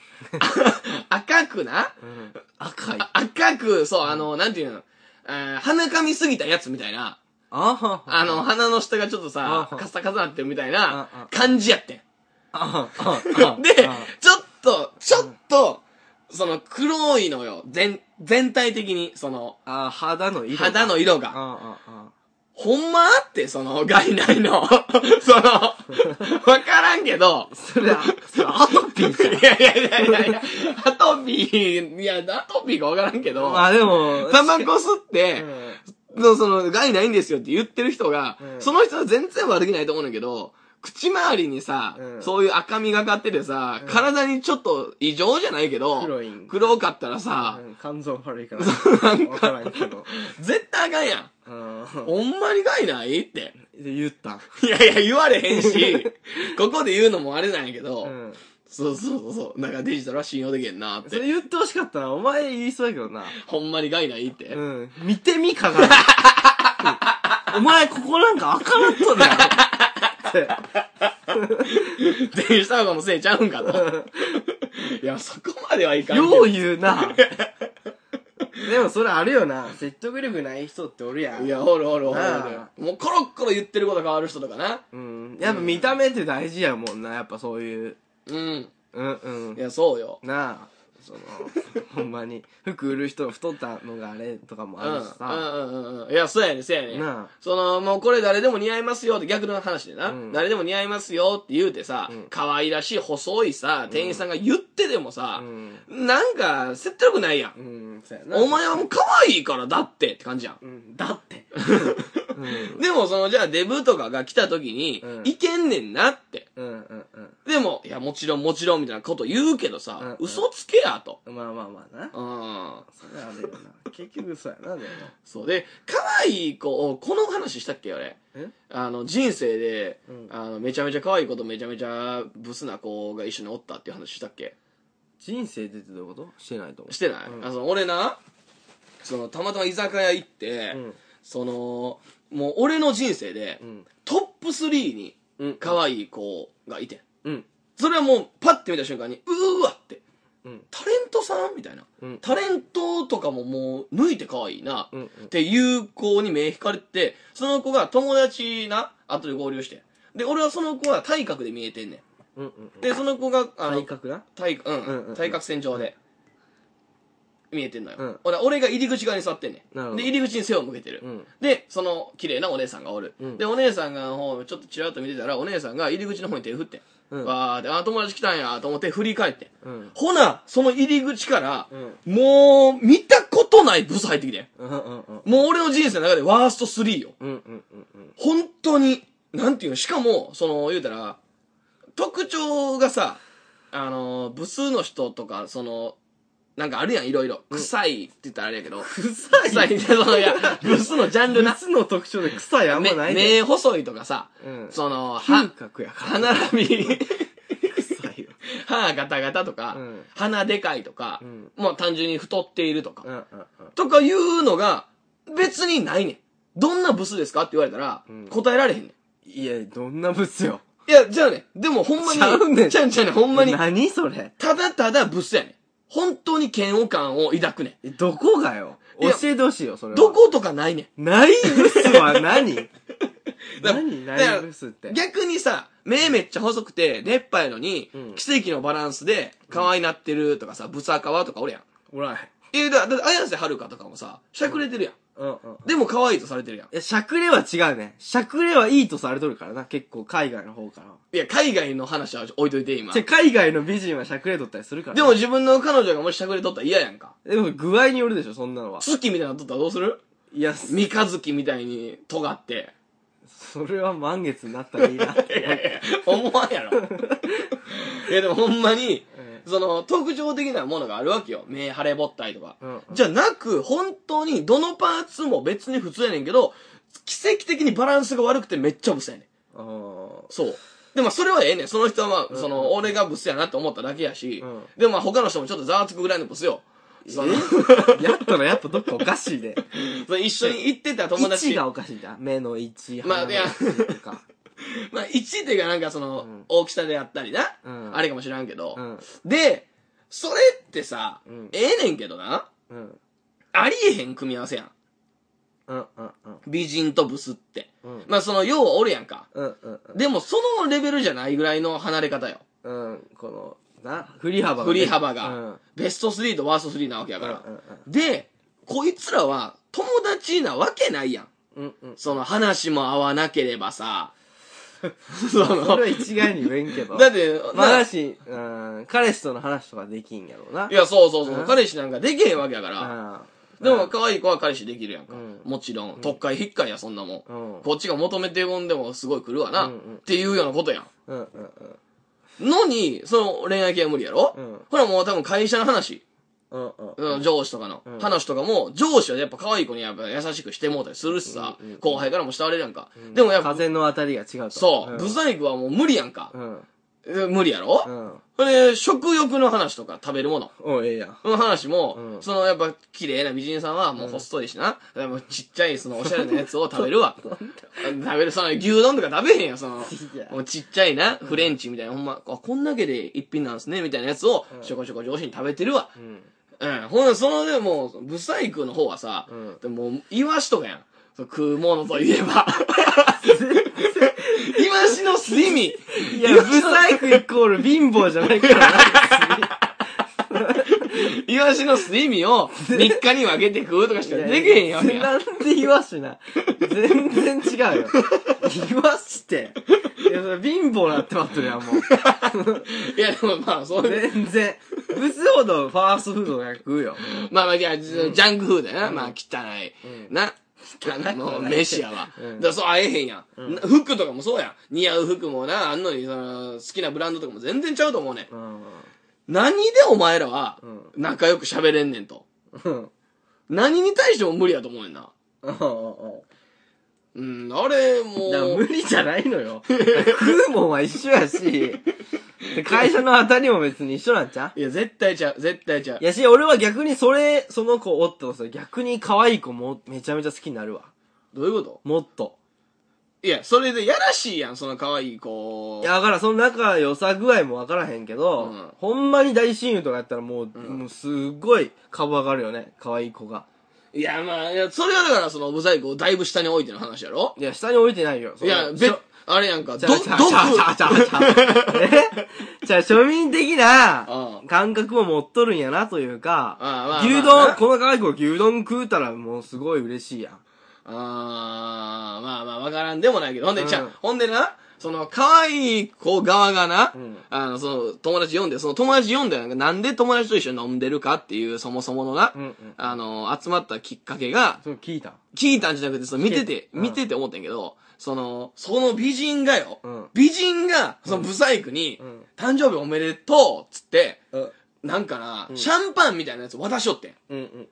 赤くな、うん。赤い。あ赤く、そう、あの、なんていうの、えー鼻かみすぎたやつみたいな。あは。あの、鼻の下がちょっとさあ、はカサカサなってるみたいあなあ感じやってん。あは。あで、ちょあっと、ちょっと、その黒いのよ。全、全体的に、その、あ、肌の色。肌の色あが。あ、あほんまって、その、外内の。 その、わからんけどあ。。それ、あそれアトピーか。いやいやいやいやいや、アトピー、いや、アトピーかわからんけど、まあでも、タバコ吸って、うんの、その、害ないんですよって言ってる人が、うんその人は全然悪気ないと思うんだけど、口周りにさ、うんそういう赤みがかっててさ、体にちょっと異常じゃないけど、黒いん黒かったらさ、うん肝臓悪いから。わからんけど。絶対あかんやん。うん。ほんまに害ないって。で言った。いやいや、言われへ んし、ここで言うのもあれなんやけど、うん。そうそうそうそう、なんかデジタルは信用できへんなっそれて。言ってほしかったな。お前言いそうやけどな。ほんまに害ないって。うん。見てみ、 鏡。お前、ここなんか赤なっとんだよ。って電子タバコのせいちゃうんかと。 いや、そこまではいかんけどよう言うな。 でもそれあるよな。説得力ない人っておるやん。 いや、おるおるおるなあおる。もうコロッコロ言ってること変わる人とかな。うん。やっぱ見た目って大事やもんな。やっぱそういう。うん。うんうんい。や、そうよ。なあ。そ の、ほんまに。服売る人の太ったのがあれとかもうん。あうるしさ。んうんうんうん。いや、そうやねんそうやねんなあその、もうこれ誰でも似合いますよって逆の話でな。うん誰でも似合いますよって言うてさ、うん可愛らしい細いさ、店員さんが言ってでもうさ、ん。なんか、説得力ないやん。うん、そうやな。お前はもう可愛いからだってって感じやん。うん、だって。 うん。でもその、じゃあデブとかが来た時に、うんいけんねんなって。うんうんうんでも、いや、もちろんもちろんみたいなこと言うけどさ、うんうん嘘つけやと。。まあまあまあな。うん。それあるよな。結局そうやな、でも。そうで可愛い子をこの話したっけ俺えあの人生で、うんあのめちゃめちゃ可愛い子とめちゃめちゃブスな子が一緒におったっていう話したっけ人生でってどういうことしてないと思う。してない、うんあその俺なそのたまたま居酒屋行って、うんそのもう俺の人生で、うんトップ3にうん可愛い子がいてうんそれはもうパッて見た瞬間にうーわってうんタレントさんみたいなうんタレントとかももう抜いて可愛いな、うんうんっていう子に目惹かれてその子が友達な後で合流してで俺はその子は体格で見えてんねうんうんんでその子があの体格な体格、うんうんうんうん対角線上で見えてんのよ、うん俺俺が入り口側に座ってんねなるほんどで入り口に背を向けてる、うんでその綺麗なお姉さんがおる、うんでお姉さんがほうちょっとちらっと見てたらお姉さんが入り口の方に手振って、うんわーってあ友達来たんやと思って振り返って、うんほなその入り口から、うもう見たことないブス入ってきてうんうんうんもう俺の人生の中でワースト3ようんうんうんうん本当になんていうのしかもその言うたら特徴がさあのブスの人とかそのなんかあるやんいろいろ臭いって言ったらあれやけど、臭臭いってそのい やブスのジャンルな夏の特徴で臭いあんまな目いで目細いとかさ、うんその嗅は覚やから鼻並み臭いよ 歯ガタガタとか、うん鼻でかいとか、うんもう単純に太っているとか、うんうんうんとかいうのが別にないねんどんなブスですかって言われたら、うん答えられへんねんいやどんなブスよいや、じゃあね、でもほんまに。ちゃうねんちゃうねんちゃうねんほんまに。何それただただブスやねん。本当に嫌悪感を抱くねえどこがよいや教えてほしいよそれん。はどことかないねないブスは 何だ何だからないブスってん。逆にさ、目めっちゃ細くて、出っ歯やのに、うん奇跡のバランスで、可愛なってるとかさ、ブサカワとかおるやん。おらへんえ、だ、だって、綾瀬はるかとかもさ、しゃくれてるやん。うんうんでも可愛いとされてるやん。いや、しゃくれは違うね。しゃくれはいいとされとるからな、結構海外の方からは。いや、海外の話は置いといて、今じ。ゃ、海外の美人はしゃくれとったりするから。でも、自分の彼女がもししゃくれとったら嫌やんか。でも具合によるでしょ、そんなのは。月みたいになっとったらどうするいや、三日月みたいに尖って。 それは満月になったらいいなって。いやいや思わんやろ いやでもほんまにえその特徴的なものがあるわけよ目腫れぼったりとか、うんじゃなく本当にどのパーツも別に普通やねんけど奇跡的にバランスが悪くてめっちゃブスやねんあーそうでもそれはええねんその人はまあ、うんその俺がブスやなって思っただけやし、うんでもまあ他の人もちょっとざわつくぐらいのブスよ そのやったらやっぱどっかおかしいで。その一緒に行ってた友位達置がおかしいんだ。目の位置、まあ鼻の位置とか。まあ1っていうかなんかその、うん大きさであったりな、うんあれかもしらんけど、うん。で、それってさ、うんええねんけどな、うん。ありえへん組み合わせやん。うん。うん。うん。美人とブスって。うん。まあその、要はおるやんか。うん。うんでも、そのレベルじゃないぐらいの離れ方よ。うん。うん。この、な、振り幅がね。振り幅が。うん。ベスト3とワースト3なわけやから。うんうんで、こいつらは友達なわけないやん。うん。うん。その話も合わなければさ。 そその、れは一概に言えんけど。だって、まあ、な話、うん、彼氏との話とかできんやろうな。いや、そうそうそうう。ん彼氏なんかできへんわけやから。うでも、可愛い子は彼氏できるやんかうん。もちろん。特会引っかいや、そんなもん。ん、うん。こっちが求めてもんでもすごい来るわな、うんうんっていうようなことやん。うんうんうん。のに、その恋愛系は無理やろ、うんほらもう多分会社の話、うんうん。うん上司とかのうん話とかも、上司はやっぱ可愛い子にやっぱ優しくしてもうたりするしさ、うんうんうん後輩からも慕われるやんか。でもやっぱ、風の当たりが違うと。そう、んブサイクはもう無理やんか。うん。え無理やろ、うん。ほんで、食欲の話とか食べるもの。おうええやん。その話も、うんそのやっぱ綺麗な美人さんはもうほっそりしな、でもちっちゃいそのおしゃれなやつを食べるわ。 食べる、その牛丼とか食べへんよ、そのいや。もうちっちゃいな、フレンチみたいな、ほんま、あこんだけで一品なんですね、みたいなやつをうんちょこちょこ上司に食べてるわ。うん。うん。ほんで、そのでもう、ブサイクの方はさ、うんでもう、イワシとかやん。そう食うものといえば。イワシのすり身。いや、ブサイクイコール貧乏じゃないからな。イワシのすり身を3日に分けて食うとかしか できへんよ。いやなんで言わしな。全然違うよ。言わして。いや、それ貧乏なってまっとるやん、もう。いや、でもまあ、そういう。全然。ブスほどファーストフードが食うよ。まあまあ、いやジャンクフードやな。まあ、汚い。うな。汚い。もう、飯やわ。うんだからそう、会えへんやん。な服とかもそうやん。似合う服もな、あんのに、その、好きなブランドとかも全然ちゃうと思うねん。うん。何でお前らはう、ん。仲良く喋れんねんと。うん。何に対しても無理やと思うねんな。うんうんうんうん、あれ、もだから無う、理じゃないのよ。食うもんは一緒やし、で会社の当たりも別に一緒なんちゃいや、絶対ちゃう、絶対ちゃううい。やし、俺は逆にそれ、その子おってもさ、逆に可愛い子もめちゃめちゃ好きになるわ。どういうこともっと。いや、それでやらしいやん、その可愛い子。いや、だからその仲良さ具合もわからへんけど、うんほんまに大親友とかやったらもう、んもうすっごい株上がるよね。可愛い子が。いや、まあ、いや、それはだから、その、ブザイクをだいぶ下に置いての話やろいや、下に置いてないよ。そいのや、しべょ、あれやんか、ちど、ゃうどちゃうちゃうちゃうちゃうちゃう。 えじゃあ庶民的なうん感覚を持っとるんやなというか、ああまあまあ牛ま丼、あこの可愛い子牛丼食うたらもうすごい嬉しいやん。あー、まあまあ、わからんでもないけど。ほんで、うんじゃあほんでな、その、可愛い子側がな、うんあの、その、友達呼んで、その友達呼んで、なんか、なんで友達と一緒に飲んでるかっていう、そもそものな、うんうんあの、集まったきっかけが、そう聞いた。聞いたんじゃなくて、その見てて、うん見てて思ってんけど、その、その美人がよ、うん美人が、そのブサイクに、うん誕生日おめでとうっつって、うん。なんかな、んシャンパンみたいなやつ渡しよってん。うん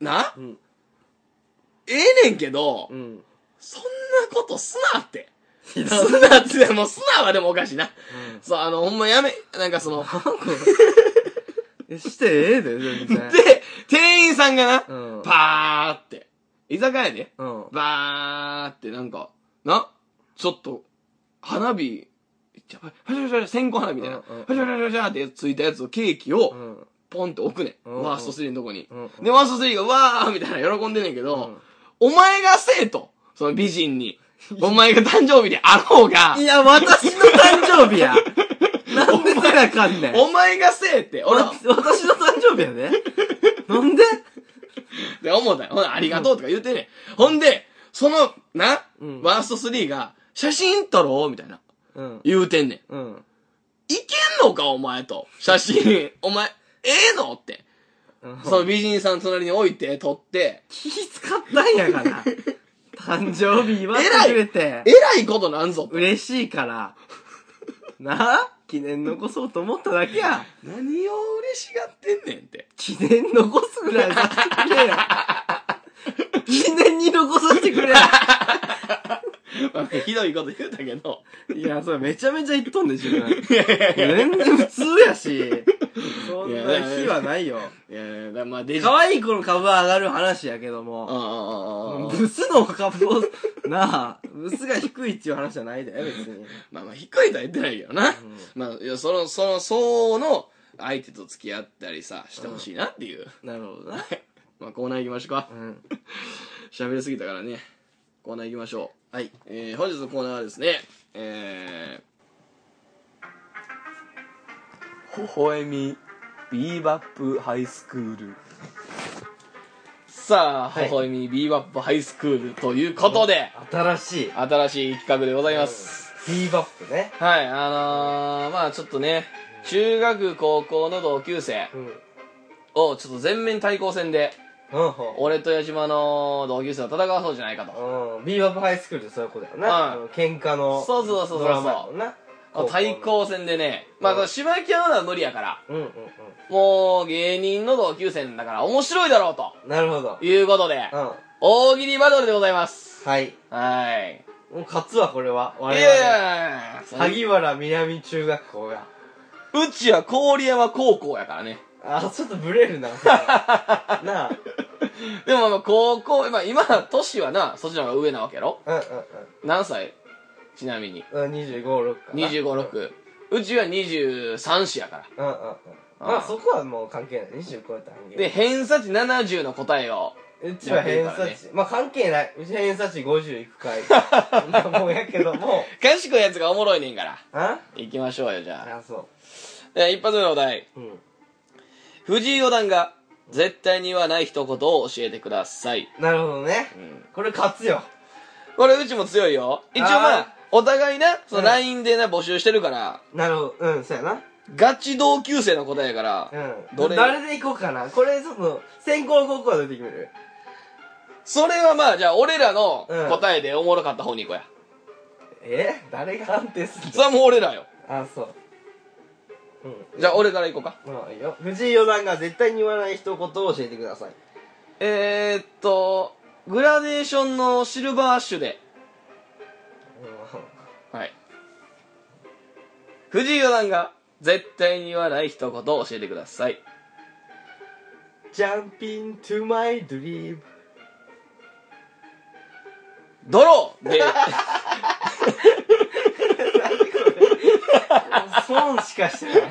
な、うん。ええねんけど、うん。そんなことす なって。すなって、もうすなはでもおかしいな。そう、あの、ほんまやめ、なんか その、えしてええで、全然。で、店員さんがな、うんバーって、居酒屋で、うん。バーってなんか、な、ちょっと、花火、じゃファシャファシャファシャ線香花火みたいな、うんうんうんファシャファシャファシャってついたやつを、ケーキをう、ん。ポンって置くね、うんうんん。ワースト3のとこに。うんうんで、ワースト3が、わーみたいな喜んでんねんけど、お前がせえと、その美人に。お前が誕生日であろうがい、や、私の誕生日や。なんでせなあかんねん。お前がせえって、俺はわ、私の誕生日やで。なんでで、思ったよ。ほな、ありがとうとか言うてんねん。ほんで、その、な、うんワースト3が、写真撮ろうみたいな、うん。言うてんねん。うん。いけんのか、お前と。写真、お前、ええのって。うんその美人さん隣に置いて、撮って、気使ったんやから。誕生日言わせてくれてえ。らいことなんぞ。嬉しいから。なあ記念残そうと思っただけや。何を嬉しがってんねんって。記念残すぐらいさせてくれよ。記念に残させてくれよ。まあひどいこと言うたけど。 いや、それめちゃめちゃ言っとんで、自分。全然普通やし。そんな日はないよ。いやいや、だからまあ、デジ可愛い子の株は上がる話やけどああも、ああああブスの株を、なあ、ブスが低いっていう話じゃないで、別に。まあまあ、低いとは言ってないけどな。まあ、いや、その、その、そうの、相手と付き合ったりさ、してほしいなっていう。なるほどな。まあ、コーナー行きましょうかう。ん。喋りすぎたからね。コーナー行きましょう。はい。えー、本日のコーナーはですね、えー、微笑み、ビーバップハイスクール。さあ、はい微笑み、ビーバップハイスクールということで、新しい。新しい企画でございます。ビーバップね。はい、あのー、まあちょっとね、中学高校の同級生うん。うんをちょっと全面対抗戦で、俺と矢島の同級生を戦わそうじゃないかと。うん。ビーバップハイスクールってそういうことやろな。うん喧嘩の。そうそうそうそうそうドラマやもんな。高校の対。抗戦でね、まあ、しばきはまだ無理やから、うんうんもう芸人の同級生だから面白いだろうとうん。なるほど。いうことで、うん。大喜利バトルでございます。はい。はい。もう勝つわ、これは。いや我々。いやいや萩原南中学校や。うちは郡山高校やからね。あ、ちょっとブレ るな。それなあ。でもまあ高校、まあ今、年はな、そっちの方が上なわけやろうんうん何歳ちなみに。うん。うん25、6かな。 25、6。うちは23子やかうんら。うんうん。まあそこはもう関係ない。25超えたらで、偏差値70の答えを。うちは偏やって差るか値。まあ関係ない。うち偏差値50いく かい。まあもうやけども。賢いやつがおもろいねんから。あ行きましょうよ、じゃあ。あ、そえー一発目のお題。う。うん。藤井四段が絶対に言わない一言を教えてください。なるほどね。んこれ勝つよ。これうちも強いよ。一応まあーあ、お互いな、そのうん LINE でな、募集してるから、なるほど。うん、そうやな。ガチ同級生の答えやから、うん。どれ誰でいこうかな。これちょっと、先行後攻は出て決める。それはまあ、じゃあ俺らのうん答えでおもろかった方に行こうや。え誰が判定するそれはもう俺らよ。あ、そう。うん。じゃあ俺から行こうか。まあいいよ。藤井四段が絶対に言わない一言を教えてください。えーっと、グラデーションのシルバー種で、はい。藤井四段が絶対に言わない一言を教えてください。 Jump into my dream ドローで、損しかして ない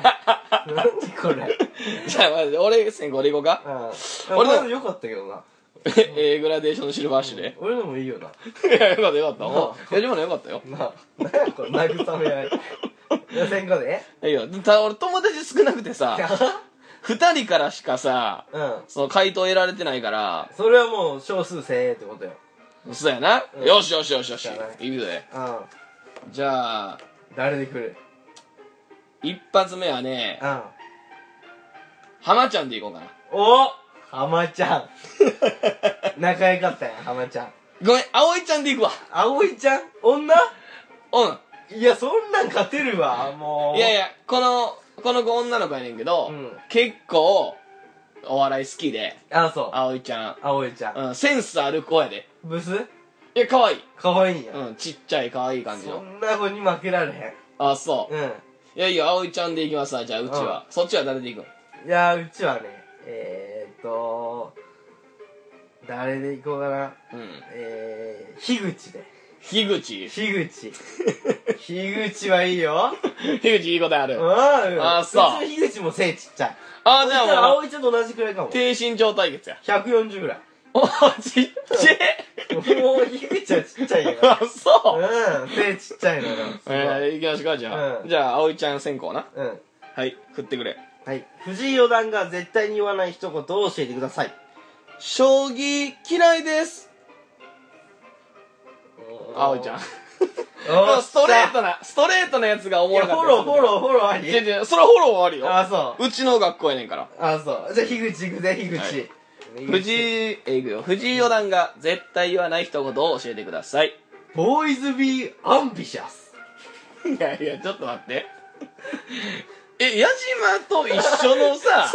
何これ じゃあまず俺先行でいこうか。うん俺の俺の良かったけどなえーグラデーションのシルバー種で。俺のもいいよないや、よかったよかった。いや、でもね、よかったよ。な何やこれ慰め合い予選後でいや、た俺友達少なくてさ、二人からしかさ、うんその回答得られてないから、それはもう少数精鋭ってことよそうやな。うんよしよしよしよししゃあない。いくぜ。うじゃあ、ん誰で来る一発目はね、うん浜ちゃんでいこうかな。お浜ち ゃん仲良かったやん浜ちゃんごめん、葵ちゃんでいくわ。葵ちゃん女ういやそんなん勝てるわもん。ういやいやや、この、この子女の子やねんけど、うん結構、お笑い好きで、あそう葵ちゃん。葵ちゃんうん、センスある子やで。ブスいや、可愛い。可愛いんやうん、ちっちゃい可愛い感じその。んな子に負けられへあ、そう。んういやいや、葵ちゃんでいきますわ、じゃあ、うちは。そっちは誰でいくんんいやうちはねえー、っと誰でいこうかなうん。えー、樋口で樋口。樋 口樋口はいいよ樋口いいことあうる。んあそうちの樋口も背ちっちゃいあ、じだゃからあもう、葵ちゃんと同じくらいかも低身長対決や。 140ぐらいお、ちっちもう樋口はちっちゃいよ ゃい。あ、そう。うん背ちっちゃいのよすごいえー、いきましょうか、じゃあ。うんじゃあ、葵ちゃん先行な。うんはい、振ってくれ。はい藤井四段が絶対に言わない一言を教えてください将棋嫌いです。葵ちゃん。おっストレートな、ストレートなやつがおいもやろフかォったです。ローフォローフォローあ違うり違う、それはフォローはあるよ。あそううちの学校やねんから。あそうじゃあ樋口行くぜ樋は口藤井、えー、いくよ。藤井四段が絶対言わない一言を教えてください。ボーイズビーアンビシャス いやいや、ちょっと待って。え、矢島と一緒の さ、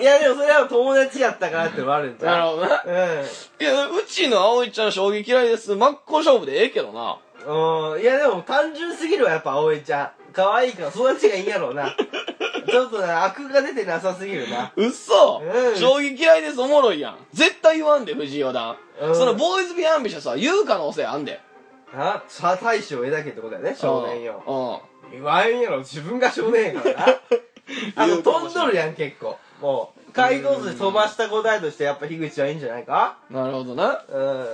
いやでもそれは友達やったからってのもあるんじなるゃんほどな。いや、う真っ向勝負でええけどなうんいやうちの葵ちゃん将棋嫌いです。真っ向勝負でええけどな。うんうんいやでも単純すぎるわやっぱ葵ちゃん可愛いから育ちがいいんやろう なちょっとな悪が出てなさすぎるな嘘、うん将棋嫌いですおもろいやん。絶対言わんで、藤井四段。うんそのボーイズビーアンビシャスは言う可能性あんで。あさ大将枝家ってことだよね少年よよ。言わんやろ自分が少年やからなあ 言のうかも飛しれんどないるやん結構もう解答数飛ばした答えとしてやっぱ樋口はいいんじゃないかうん。なるほどな。うん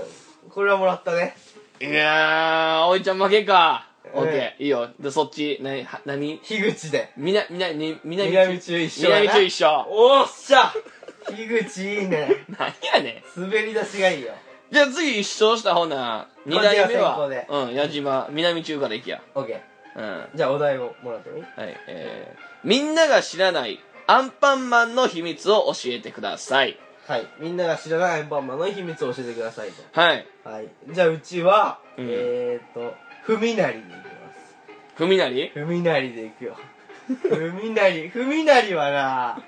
これはもらったねいやー、葵ちゃん負けか。うんオッケー、いいよ。で、そっち、なに、はなに樋口でみな、みな、み、みなみ南中一緒やな南中一緒。おっしゃ 樋口いいね何やねん。滑り出しがいいよじゃあ次一勝したほな、二代目こはっちが先、うん、矢島、南中から行きや。オッケーうん。はじゃあお題をもらってもいいい、えー、みんなが知らないアンパンマンの秘密を教えてください。はいみんなが知らないアンパンマンの秘密を教えてくださいとはい。はいじゃあうちは、うんえーと文成でいきますふみなりふみなりで行く よ。ふみなり、ふみなりはな、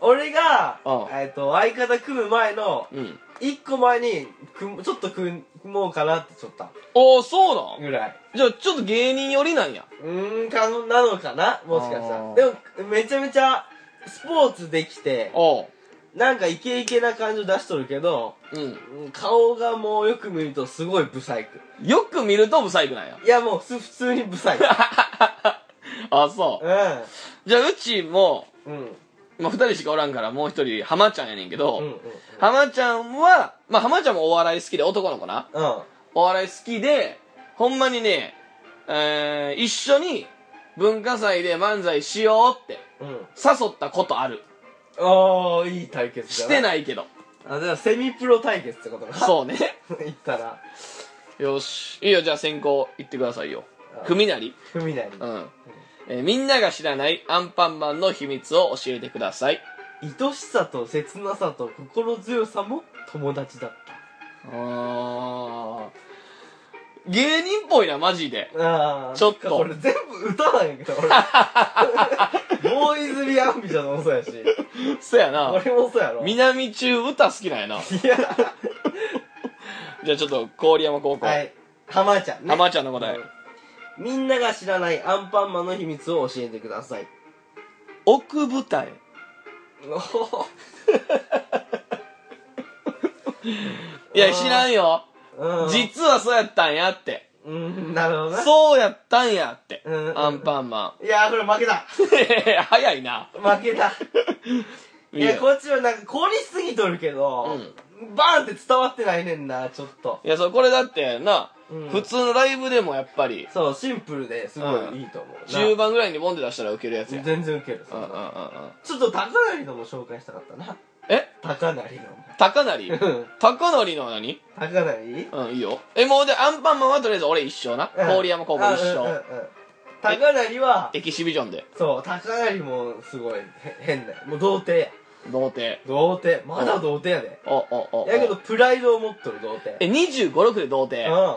俺がうん、えっと、相方組む前の、うん。一個前に、組むちょっと組もうかなってちょったおー、そうなんぐらい。じゃあちょっと芸人寄りなんや。うーん、かの、なのかなもしかしたあーら。でも、めちゃめちゃ、スポーツできて、おう。なんかイケイケな感じを出しとるけど、うん。うん顔がもうよく見るとすごいブサイク。よく見るとブサイクなんや。いやもうす普通にブサイク。 あ、そう。うじゃあうちも、ん。うん。まあ、二人しかおらんからもう一人、浜ちゃんやねんけど、うん。うん。うん。浜ちゃんは、まあ、浜ちゃんもお笑い好きで、男の子な。うん。お笑い好きで、ほんまにね、えー、一緒に文化祭で漫才しようってうん。誘ったことある。ああ、いい対決しだてないけど。あ、じゃあセミプロ対決ってことか。そうね。う。言ったら、 よし。いいよ、じゃあ先行行ってくださいよあ。ふみなり。ふみなりう。ん。えーみんなが知らないアンパンマンの秘密を教えてください。愛しさと切なさと心強さも友達だっあー芸人っぽいな、マジで。た。ああ。ちょっと俺全部歌なんやけど、俺。ボ大泉アンビシャスもそうやし。そやな。俺もそうやろ。南中歌好きなんやな。いや、じゃあちょっと、郡山高校。は浜い。浜ちゃんね。ちゃんの答え。みんなが知らないアンパンマンの秘密を教えてください。奥舞台。いや、知らんよ。 うん。実はそうやったんやって。うん、なるほどな。そうやったんやってうんう。んアンパン マいやー、これ負けた。ン。いやいや早いな。負けた。いいやや、こっちはなんか凍りすぎとるけど、バーンって伝わってないねんな、ちょっと。いや、そう、これだってな、うん普通のライブでもやっぱり、そう、シンプルですごいいいと思う。 10番ぐらいにボンで出したらウケるやつや。全然ウケる。そうんんうんうんう。なんちょっと高成のも紹介したかったな。え高成の高成も。高成の何高成うん、いいよ。え、もうで、アンパンマンはとりあえず俺一生な。郡山高校一うんうんうん生。高成は、エキシビジョンで、そう、高成もすごいへ変だよ。もう童貞や。童貞。童貞。まだ童貞やで。お、お、お。やけど、お、プライドを持っとる童貞。え、25、6で童貞。うんは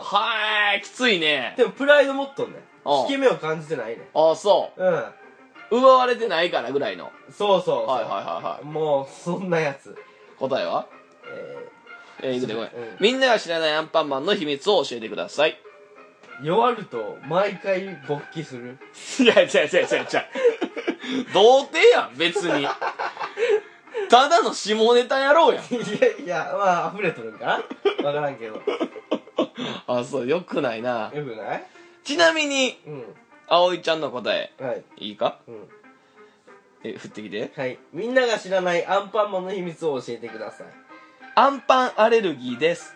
ーい、きついね。でも、プライド持っとんね。うん引け目を感じてないね。あ、そうん。う。奪われてないからぐらいの。そうそうそう。はいはいはいはい。もう、そんなやつ。答えはええー、いくでごめんうん。みんなが知らないアンパンマンの秘密を教えてください。 ー、弱ると、毎回勃起する。いや、違う違う違う違う。童貞やん、別に。ただの下ネタやろうやん。いやいや、まあ、溢れとるんかなわからんけど。 よあ、そう、よくないな。くないちなみに、うん。葵ちゃんの答え、はい。いいかうん。え、振ってきて。はい。みんなが知らないアンパンマンの秘密を教えてください。アンパンアレルギーです。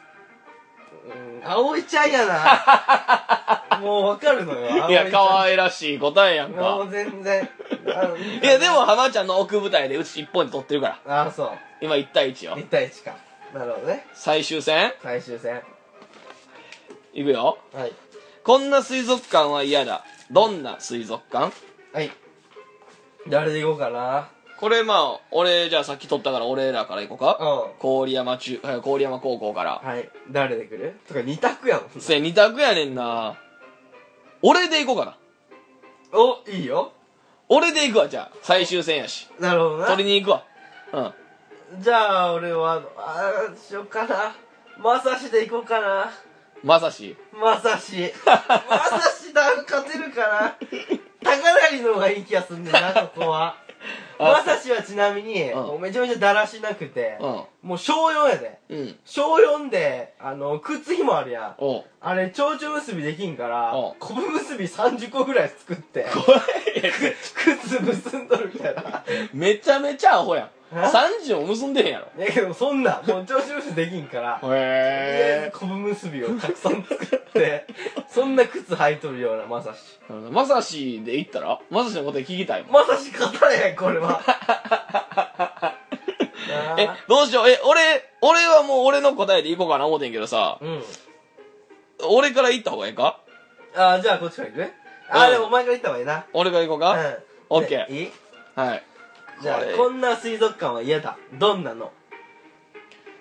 うん。葵ちゃんやな。 もうわかるのよ。いや、可い愛らしい答えやんもかう。全然。あのいや、でも、、浜ちゃんの奥舞台でうち1本取ってるから。あ、そ今1対1う。 よ1。対1か。なるほどね。最終戦最終戦。いくよ。はい。こんな水族館は嫌だ。どんな水族館はい。誰でいこうかな。これまあ、俺、じゃあさっき取ったから俺らからいこうか。う郡山中、え郡山高校から。ん。はい。誰で来るとか2択やもん。せ、二択やねんな。俺で行こうかな。お、いいよ。俺で行くわ、じゃあ。最終戦やし。なるほどな。取りに行くわ。うん。じゃあ、俺は、あーしようかな。まさしでいこうかな。まさし。まさ し。まさしだ、勝てるかな。高成の方がいい気がすんねん な、ここは。まさしはちなみに、うんもうめちゃめちゃだらしなくて、うん。もう小4やで。うん。小4で、あの、靴ひもあるやん。おう。あれ、蝶々結びできんからうん、昆布結び30個ぐらい作って、靴結んどるみたいな。めちゃめちゃアホやん。え30を結んでへんやろ。いやけど、そんな、もう蝶々結びできんから、とりあえず昆へ布結びをたくさん作って、そんな靴履いとるようなまさし。え。まさしで行ったらまさしのこと聞きたいもん。まさし勝たれへん、これは。なあ え、どうしよう。え、俺、俺はもう俺の答えで行こうかな思てんけどさ、うん。俺から行った方がいいかあー、じゃあこっちから行くあうー、んでもお前から行った方がいいな。俺から行こううか、ん。オッケーでいいはい。じゃあこれ、こんな水族館は嫌だ。どんなの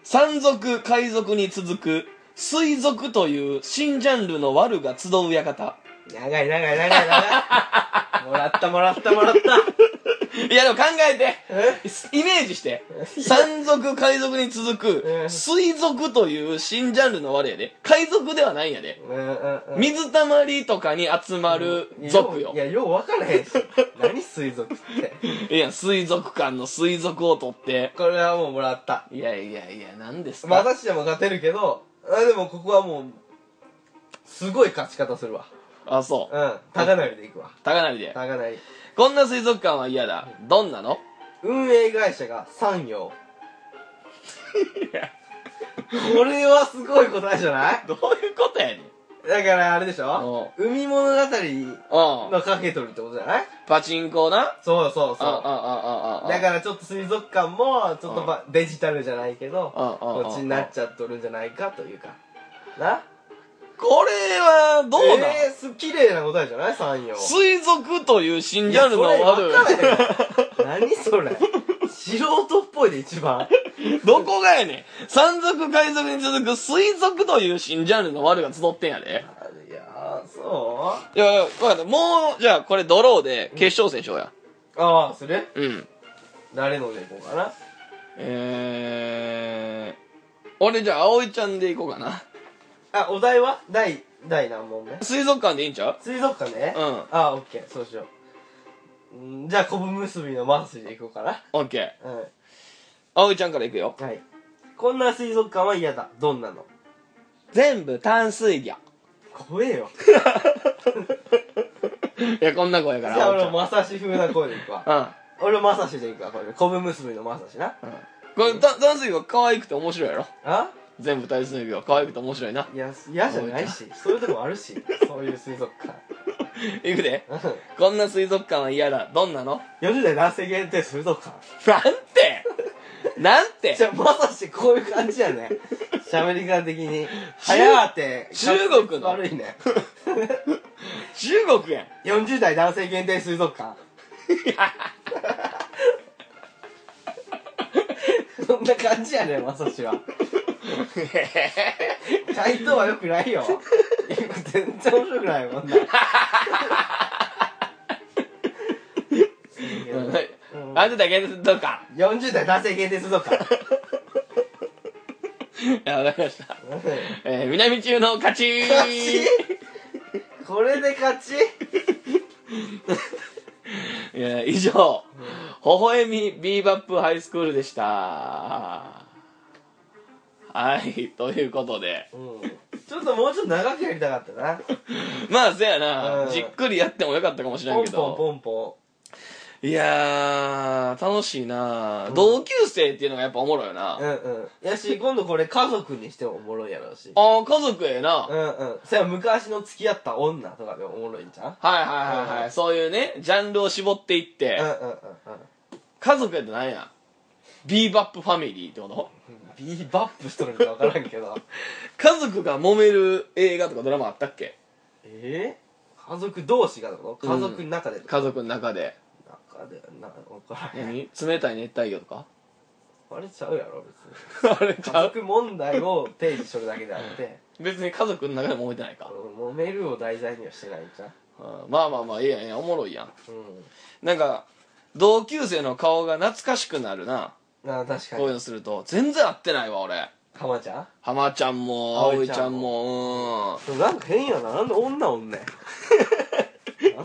山賊、海賊に続く、水族という新ジャンルの悪が集う館。長い長い長い長い。 もらったもらったもら った。いやでも考えてえイメー ジして。山賊、海賊に続うく、ん水族という新ジャンルの悪やで。海賊ではないんやで。うんうんうん。水たまりとかに集まる族よい。や、よう分からへ んし。何水族って。いや、水族館の水族を取って。これはもうもらった。いやいやいや、何ですまか、だしでも勝てるけど、あでもここはもう、すごい勝ち方するわ。あ、そう。うん。高成でいくわ。高成で。高成。こんな水族館は嫌だ。どんなの運営会社が三陽。これはすごい答えじゃないどういうことやねん。だからあれでしょ海物語うん。のかけとるってことじゃないパチンコな。そうそうあ、あ、そあ、あ、あ。う。だからちょっと水族館も、ちょっとばデジタルじゃないけど、ああこっちになっちゃっとるんじゃないかというか。なこれは、どうなん、えー、す綺麗な答えじゃない三陽。水族という新ジャンルの悪いやそれ分 からへん何それ素人っぽいで一番 どこがやねん。山賊、海賊に続く水族という新ジャンルの悪が集ってんやで。いやーそいや、わかった。もう、じゃあこれドローで決勝戦しようや。うああ、するうん。誰のでいこうかな。えー、俺じゃあ、葵ちゃんで行こうかな。あ、お題は第、第何問目水族館でいいんちゃ水族館ね。ううん。ああ、オッケー、そうしよう。うんじゃあ、昆布結びのマースでいこうかな。オッケー。う葵ちゃんから行くよ。ん。はい。こんな水族館は嫌だ。どんなの全部淡水魚。怖えよ。 いや、こんな子やかじゃあら、葵俺ちもまさし風な声でいくわ。ゃん。うん。俺もまさしでいくわ、これ。昆布結びのまさしな。うんこれ、た淡水魚可愛くて面白いやろ。あ全部淡水魚可愛くて面白い な。いや、嫌じゃないし、そういうとこあるし、そういう水族館。いくで。うんこんな水族館は嫌だ。どんなの40代男性限定水族館。なんてなんてじゃあ、まさしこういう感じやね。喋り方的に。早って。中国の悪いね。中国 やん。 40代男性限定水族館。 そんな感じやね、まさしは。回答は良くないよ。今全然面白くないもんな。うんあんただけどうか。 40代男性限定水族館。いや、わかりました。えー、南中の勝ち勝ちこれで勝ちいや以上、微笑みビーバップハイスクールでした。はい、ということで。うんちょっともうちょっと長くやりたかったな。まあ、せやな、うんじっくりやってもよかったかもしれんポンけど。ポンポンポいやー、楽しいな、同級生っていうのがやっぱおもろいよな。ン。うんうん。やし、今度これ家族にしてもおもろいやろうし。あー、家族ええな。うんうん。そや昔の付き合った女とかでもおもろいんじゃんはいはいはいはい、そういうねジャンルを絞っていって、うんうんうんうん。家族やと何やビーバップファミリーってことビーバップしとるんかわからんけど。家族が揉める映画とかドラマあったっけえー、家族同士がだろ家族の中で、家族の中で中でな分からへん何冷たい熱帯魚とか あれちゃうやろ別にあれち家ゃう族問題を定義しとるだけであって別に家族の中で揉めてないか、揉めるを題材にはしてないんじゃんうんまあまあまあええやんええやんおもろいやんうなんか同級生の顔が懐かしくなるな、んあ確かこういうにのすると全然合ってないわ俺かまちゃん浜ちゃんも葵葵ちちゃゃんんももでもなんか変やななんで女おんね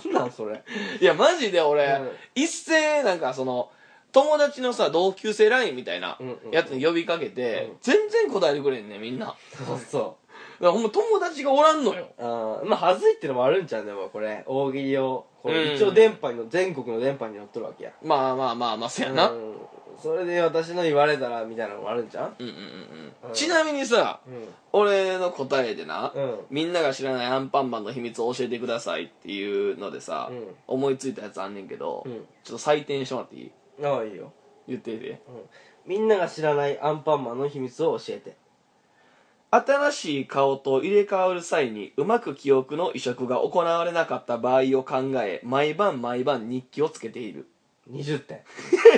ん なんなんそれ いやマジで俺、うん一斉なんかその友達のさ同級生 LINE みたいなうんうんうんやつに呼びかけて、うん全然答えてくれんねみんなだかそうそらほんま友達がおらんのようあーまあ恥ずいってのもあるんちゃうでもこれ大喜利をこれうん一応電波にの全国の電波に乗っとるわけやまあまあまあまあせやな、う、うんんそれで私の言われたらみたいなのもあるんちゃううんうんうんうんちなみにさう俺の答えでな、んうんみんなが知らないアンパンマンの秘密を教えてくださいっていうのでさ、うん思いついたやつあんねんけど、うんちょっと採点してもらっていいああいいよ言っててみんなが知らないアンパンマンの秘密を教えて新しい顔と入れ替わる際にうまく記憶の移植が行われなかった場合を考え毎晩毎晩日記をつけている20点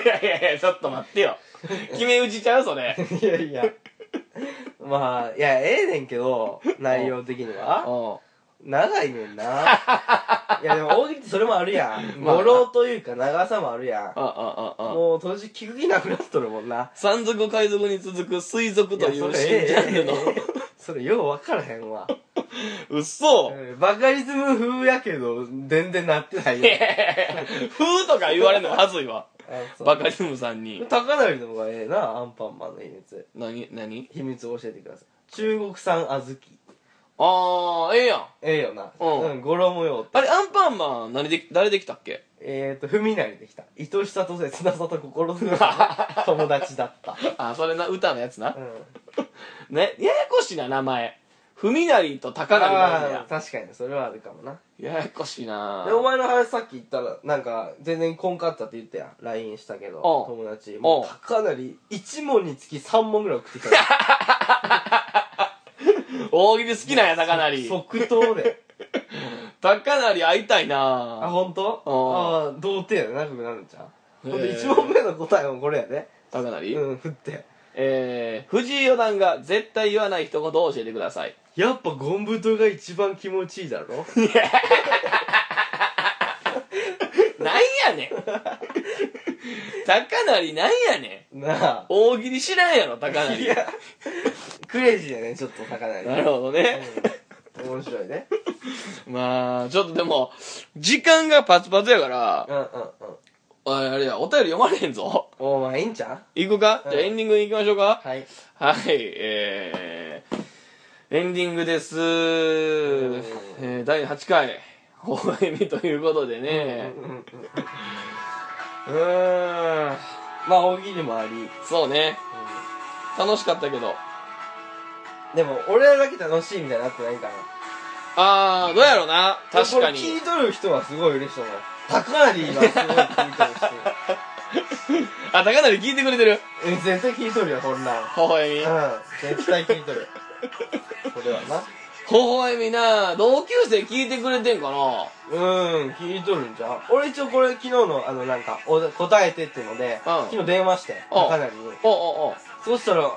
いやいやいやちょっと待ってよ 決め打ちちゃうそれいやいやまあいやええねんけど内容的にはお長いね んないやでも大喜利ってそれもあるやんまあ語呂というか長さもあるやあああんああもう当時聞く気なくなっとるもんな山賊海賊に続く水族というそれ新ジャンルの それよう分からへんわ嘘うんバカリズム風やけど全然なってないよふーとか言われるのはずいわあそうバカリズムさんに高成の方がええなアンパンマンの秘密何何秘密を教えてください中国産小豆ああええやんええよなうんうん語呂もようあれアンパンマン何で誰できたっ けえっ、ー、と踏みなりできた愛しさと切なさと心 強さの友達だったあそれな歌のやつなうんね、ややこしいな、名前。ふみなりと高なりなんだあよー。確かにそれはあるかもなややこしいなでお前の話さっき言ったらなんか全然こんかったって言ったやん LINE したけどおう友達もうかなり1問につき3問ぐらい送ってきた大喜利好きなんや、 高なり。即答で高なり会いたいあな本当？あおあー童貞やで仲良くなるんちゃうへーほんで1問目の答えもこれやね高なり、うん振ってえー、藤井四段が絶対言わない一言を教えてください。やっぱゴンブトが一番気持ちいいだろなんやや ねん高成なんやねん なあ大喜利知らんやろ高成いやクレイジーやねちょっと高成なるほどね、うん面白いねまあちょっとでも時間がパツパツやからうんうんうんあれあれやお便り読まれへんぞおまあいいんちゃ行くか、うんじゃあエンディングに行きましょうかうはいはいえー、エンディングです、んえー、第8回微笑みということでねうーんまあ大喜利もありそうね楽しかったけどでも俺らだけ楽しいみたいになってないからああどうやろうな確かにこれ聞いとる人はすごい嬉しいと思う高成今すごい聞いとるし あ高成聞いてくれてるうん絶対聞いとるよこんなん微笑みうん絶対聞いとるこれはな微笑みな同級生聞いてくれてんかなうん聞いとるんじゃん俺一応これ昨日のあのなんかお答えてっていうので、昨日電話してお高成におおおそうしたらあ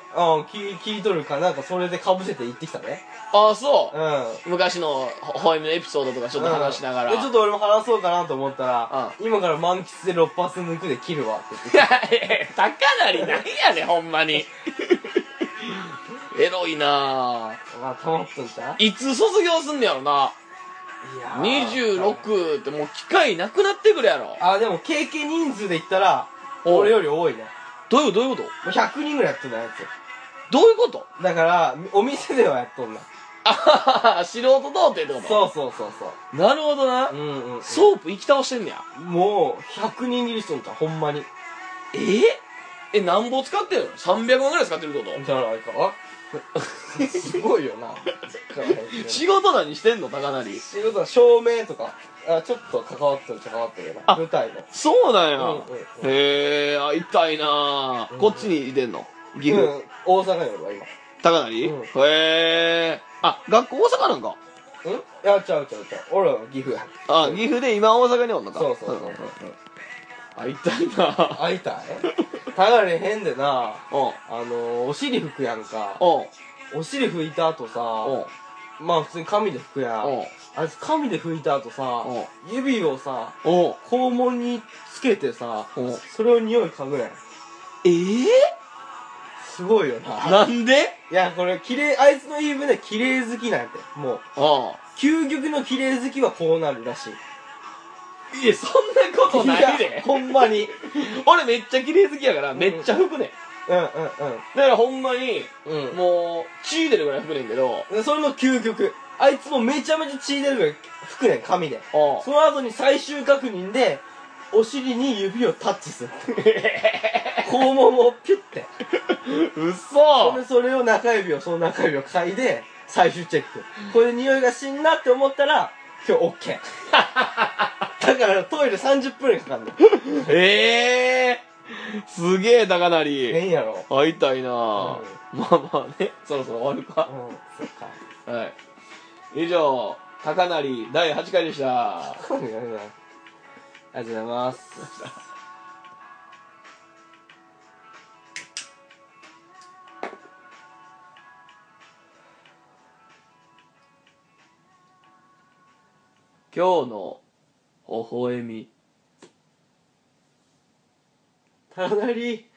聞聞いとるかなんかそれでかぶせて行ってきたねああそうう、ん昔の微笑みのエピソードとかちょっと話しながら、うんでちょっと俺も話そうかなと思ったら、今から満喫で6発抜くで切るわって言って いやいや高成なんやねんほんまにエロいなぁまあ、と思っとんち ゃういつ卒業すんねやろないやー26ってもう機会なくなってくるやろあでも経験人数で言ったらおう俺より多いねどういうどういうこともう100人ぐらいやっとんだやつどういうことだからお店ではやっとんなあははは素人童貞ってことそうそうそうそなるほどな、ううんうんソープ行き倒してんねやうもう100人切りしとんちゃうほんまにええなんぼ使ってるの300万ぐらい使ってるってこじゃないかすごいよなと仕事何してんの高成仕事は照明とかあちょっと関わってるっちゃ関わってるよなあ舞台のそうなんや、うんうんうんへえあ痛いなぁ、うんこっちにいてんの岐阜、うん大阪よ俺は今高成、うんへえあ学校大阪なんかうんいやちゃうちゃうちゃう俺は岐阜やあ岐阜で今大阪におんのかそうそうそうそうんあ痛いなぁ会いたいたがれへんでなうんあのー、お尻拭くやんかうんお尻拭いた後うんさまあ普通に紙で拭くやんうんあいつ紙で拭いた後さ指をさうんうん肛門につけてさうんそれを匂い嗅ぐやんええすごいよななんでいやこれ綺麗あいつの言い分で綺麗好きなんやてもううん究極の綺麗好きはこうなるらしいいや、そんなことないいやで。ほんまに俺めっちゃ綺麗好きやから、めっちゃ服ねん。うんうんだからほんまに、うんうんもう、血出るぐらい服ねんけど、でそれの究極あいつもめちゃめちゃ血出るから服ねん紙でお その後に最終確認でお尻に指をタッチする肛門をピュッてうそそれそれを中指をその中指を嗅いで最終チェックこれで匂いが死んだって思ったら今日 OK だからトイレ30分かかんのええー、すげえ、高え成。んやろ会いたいなぁ、まあまあね、そろそろ終わるうかん。そっかはい。以上、高成第8回でした。ありがとうございます今日の、微笑み。ただり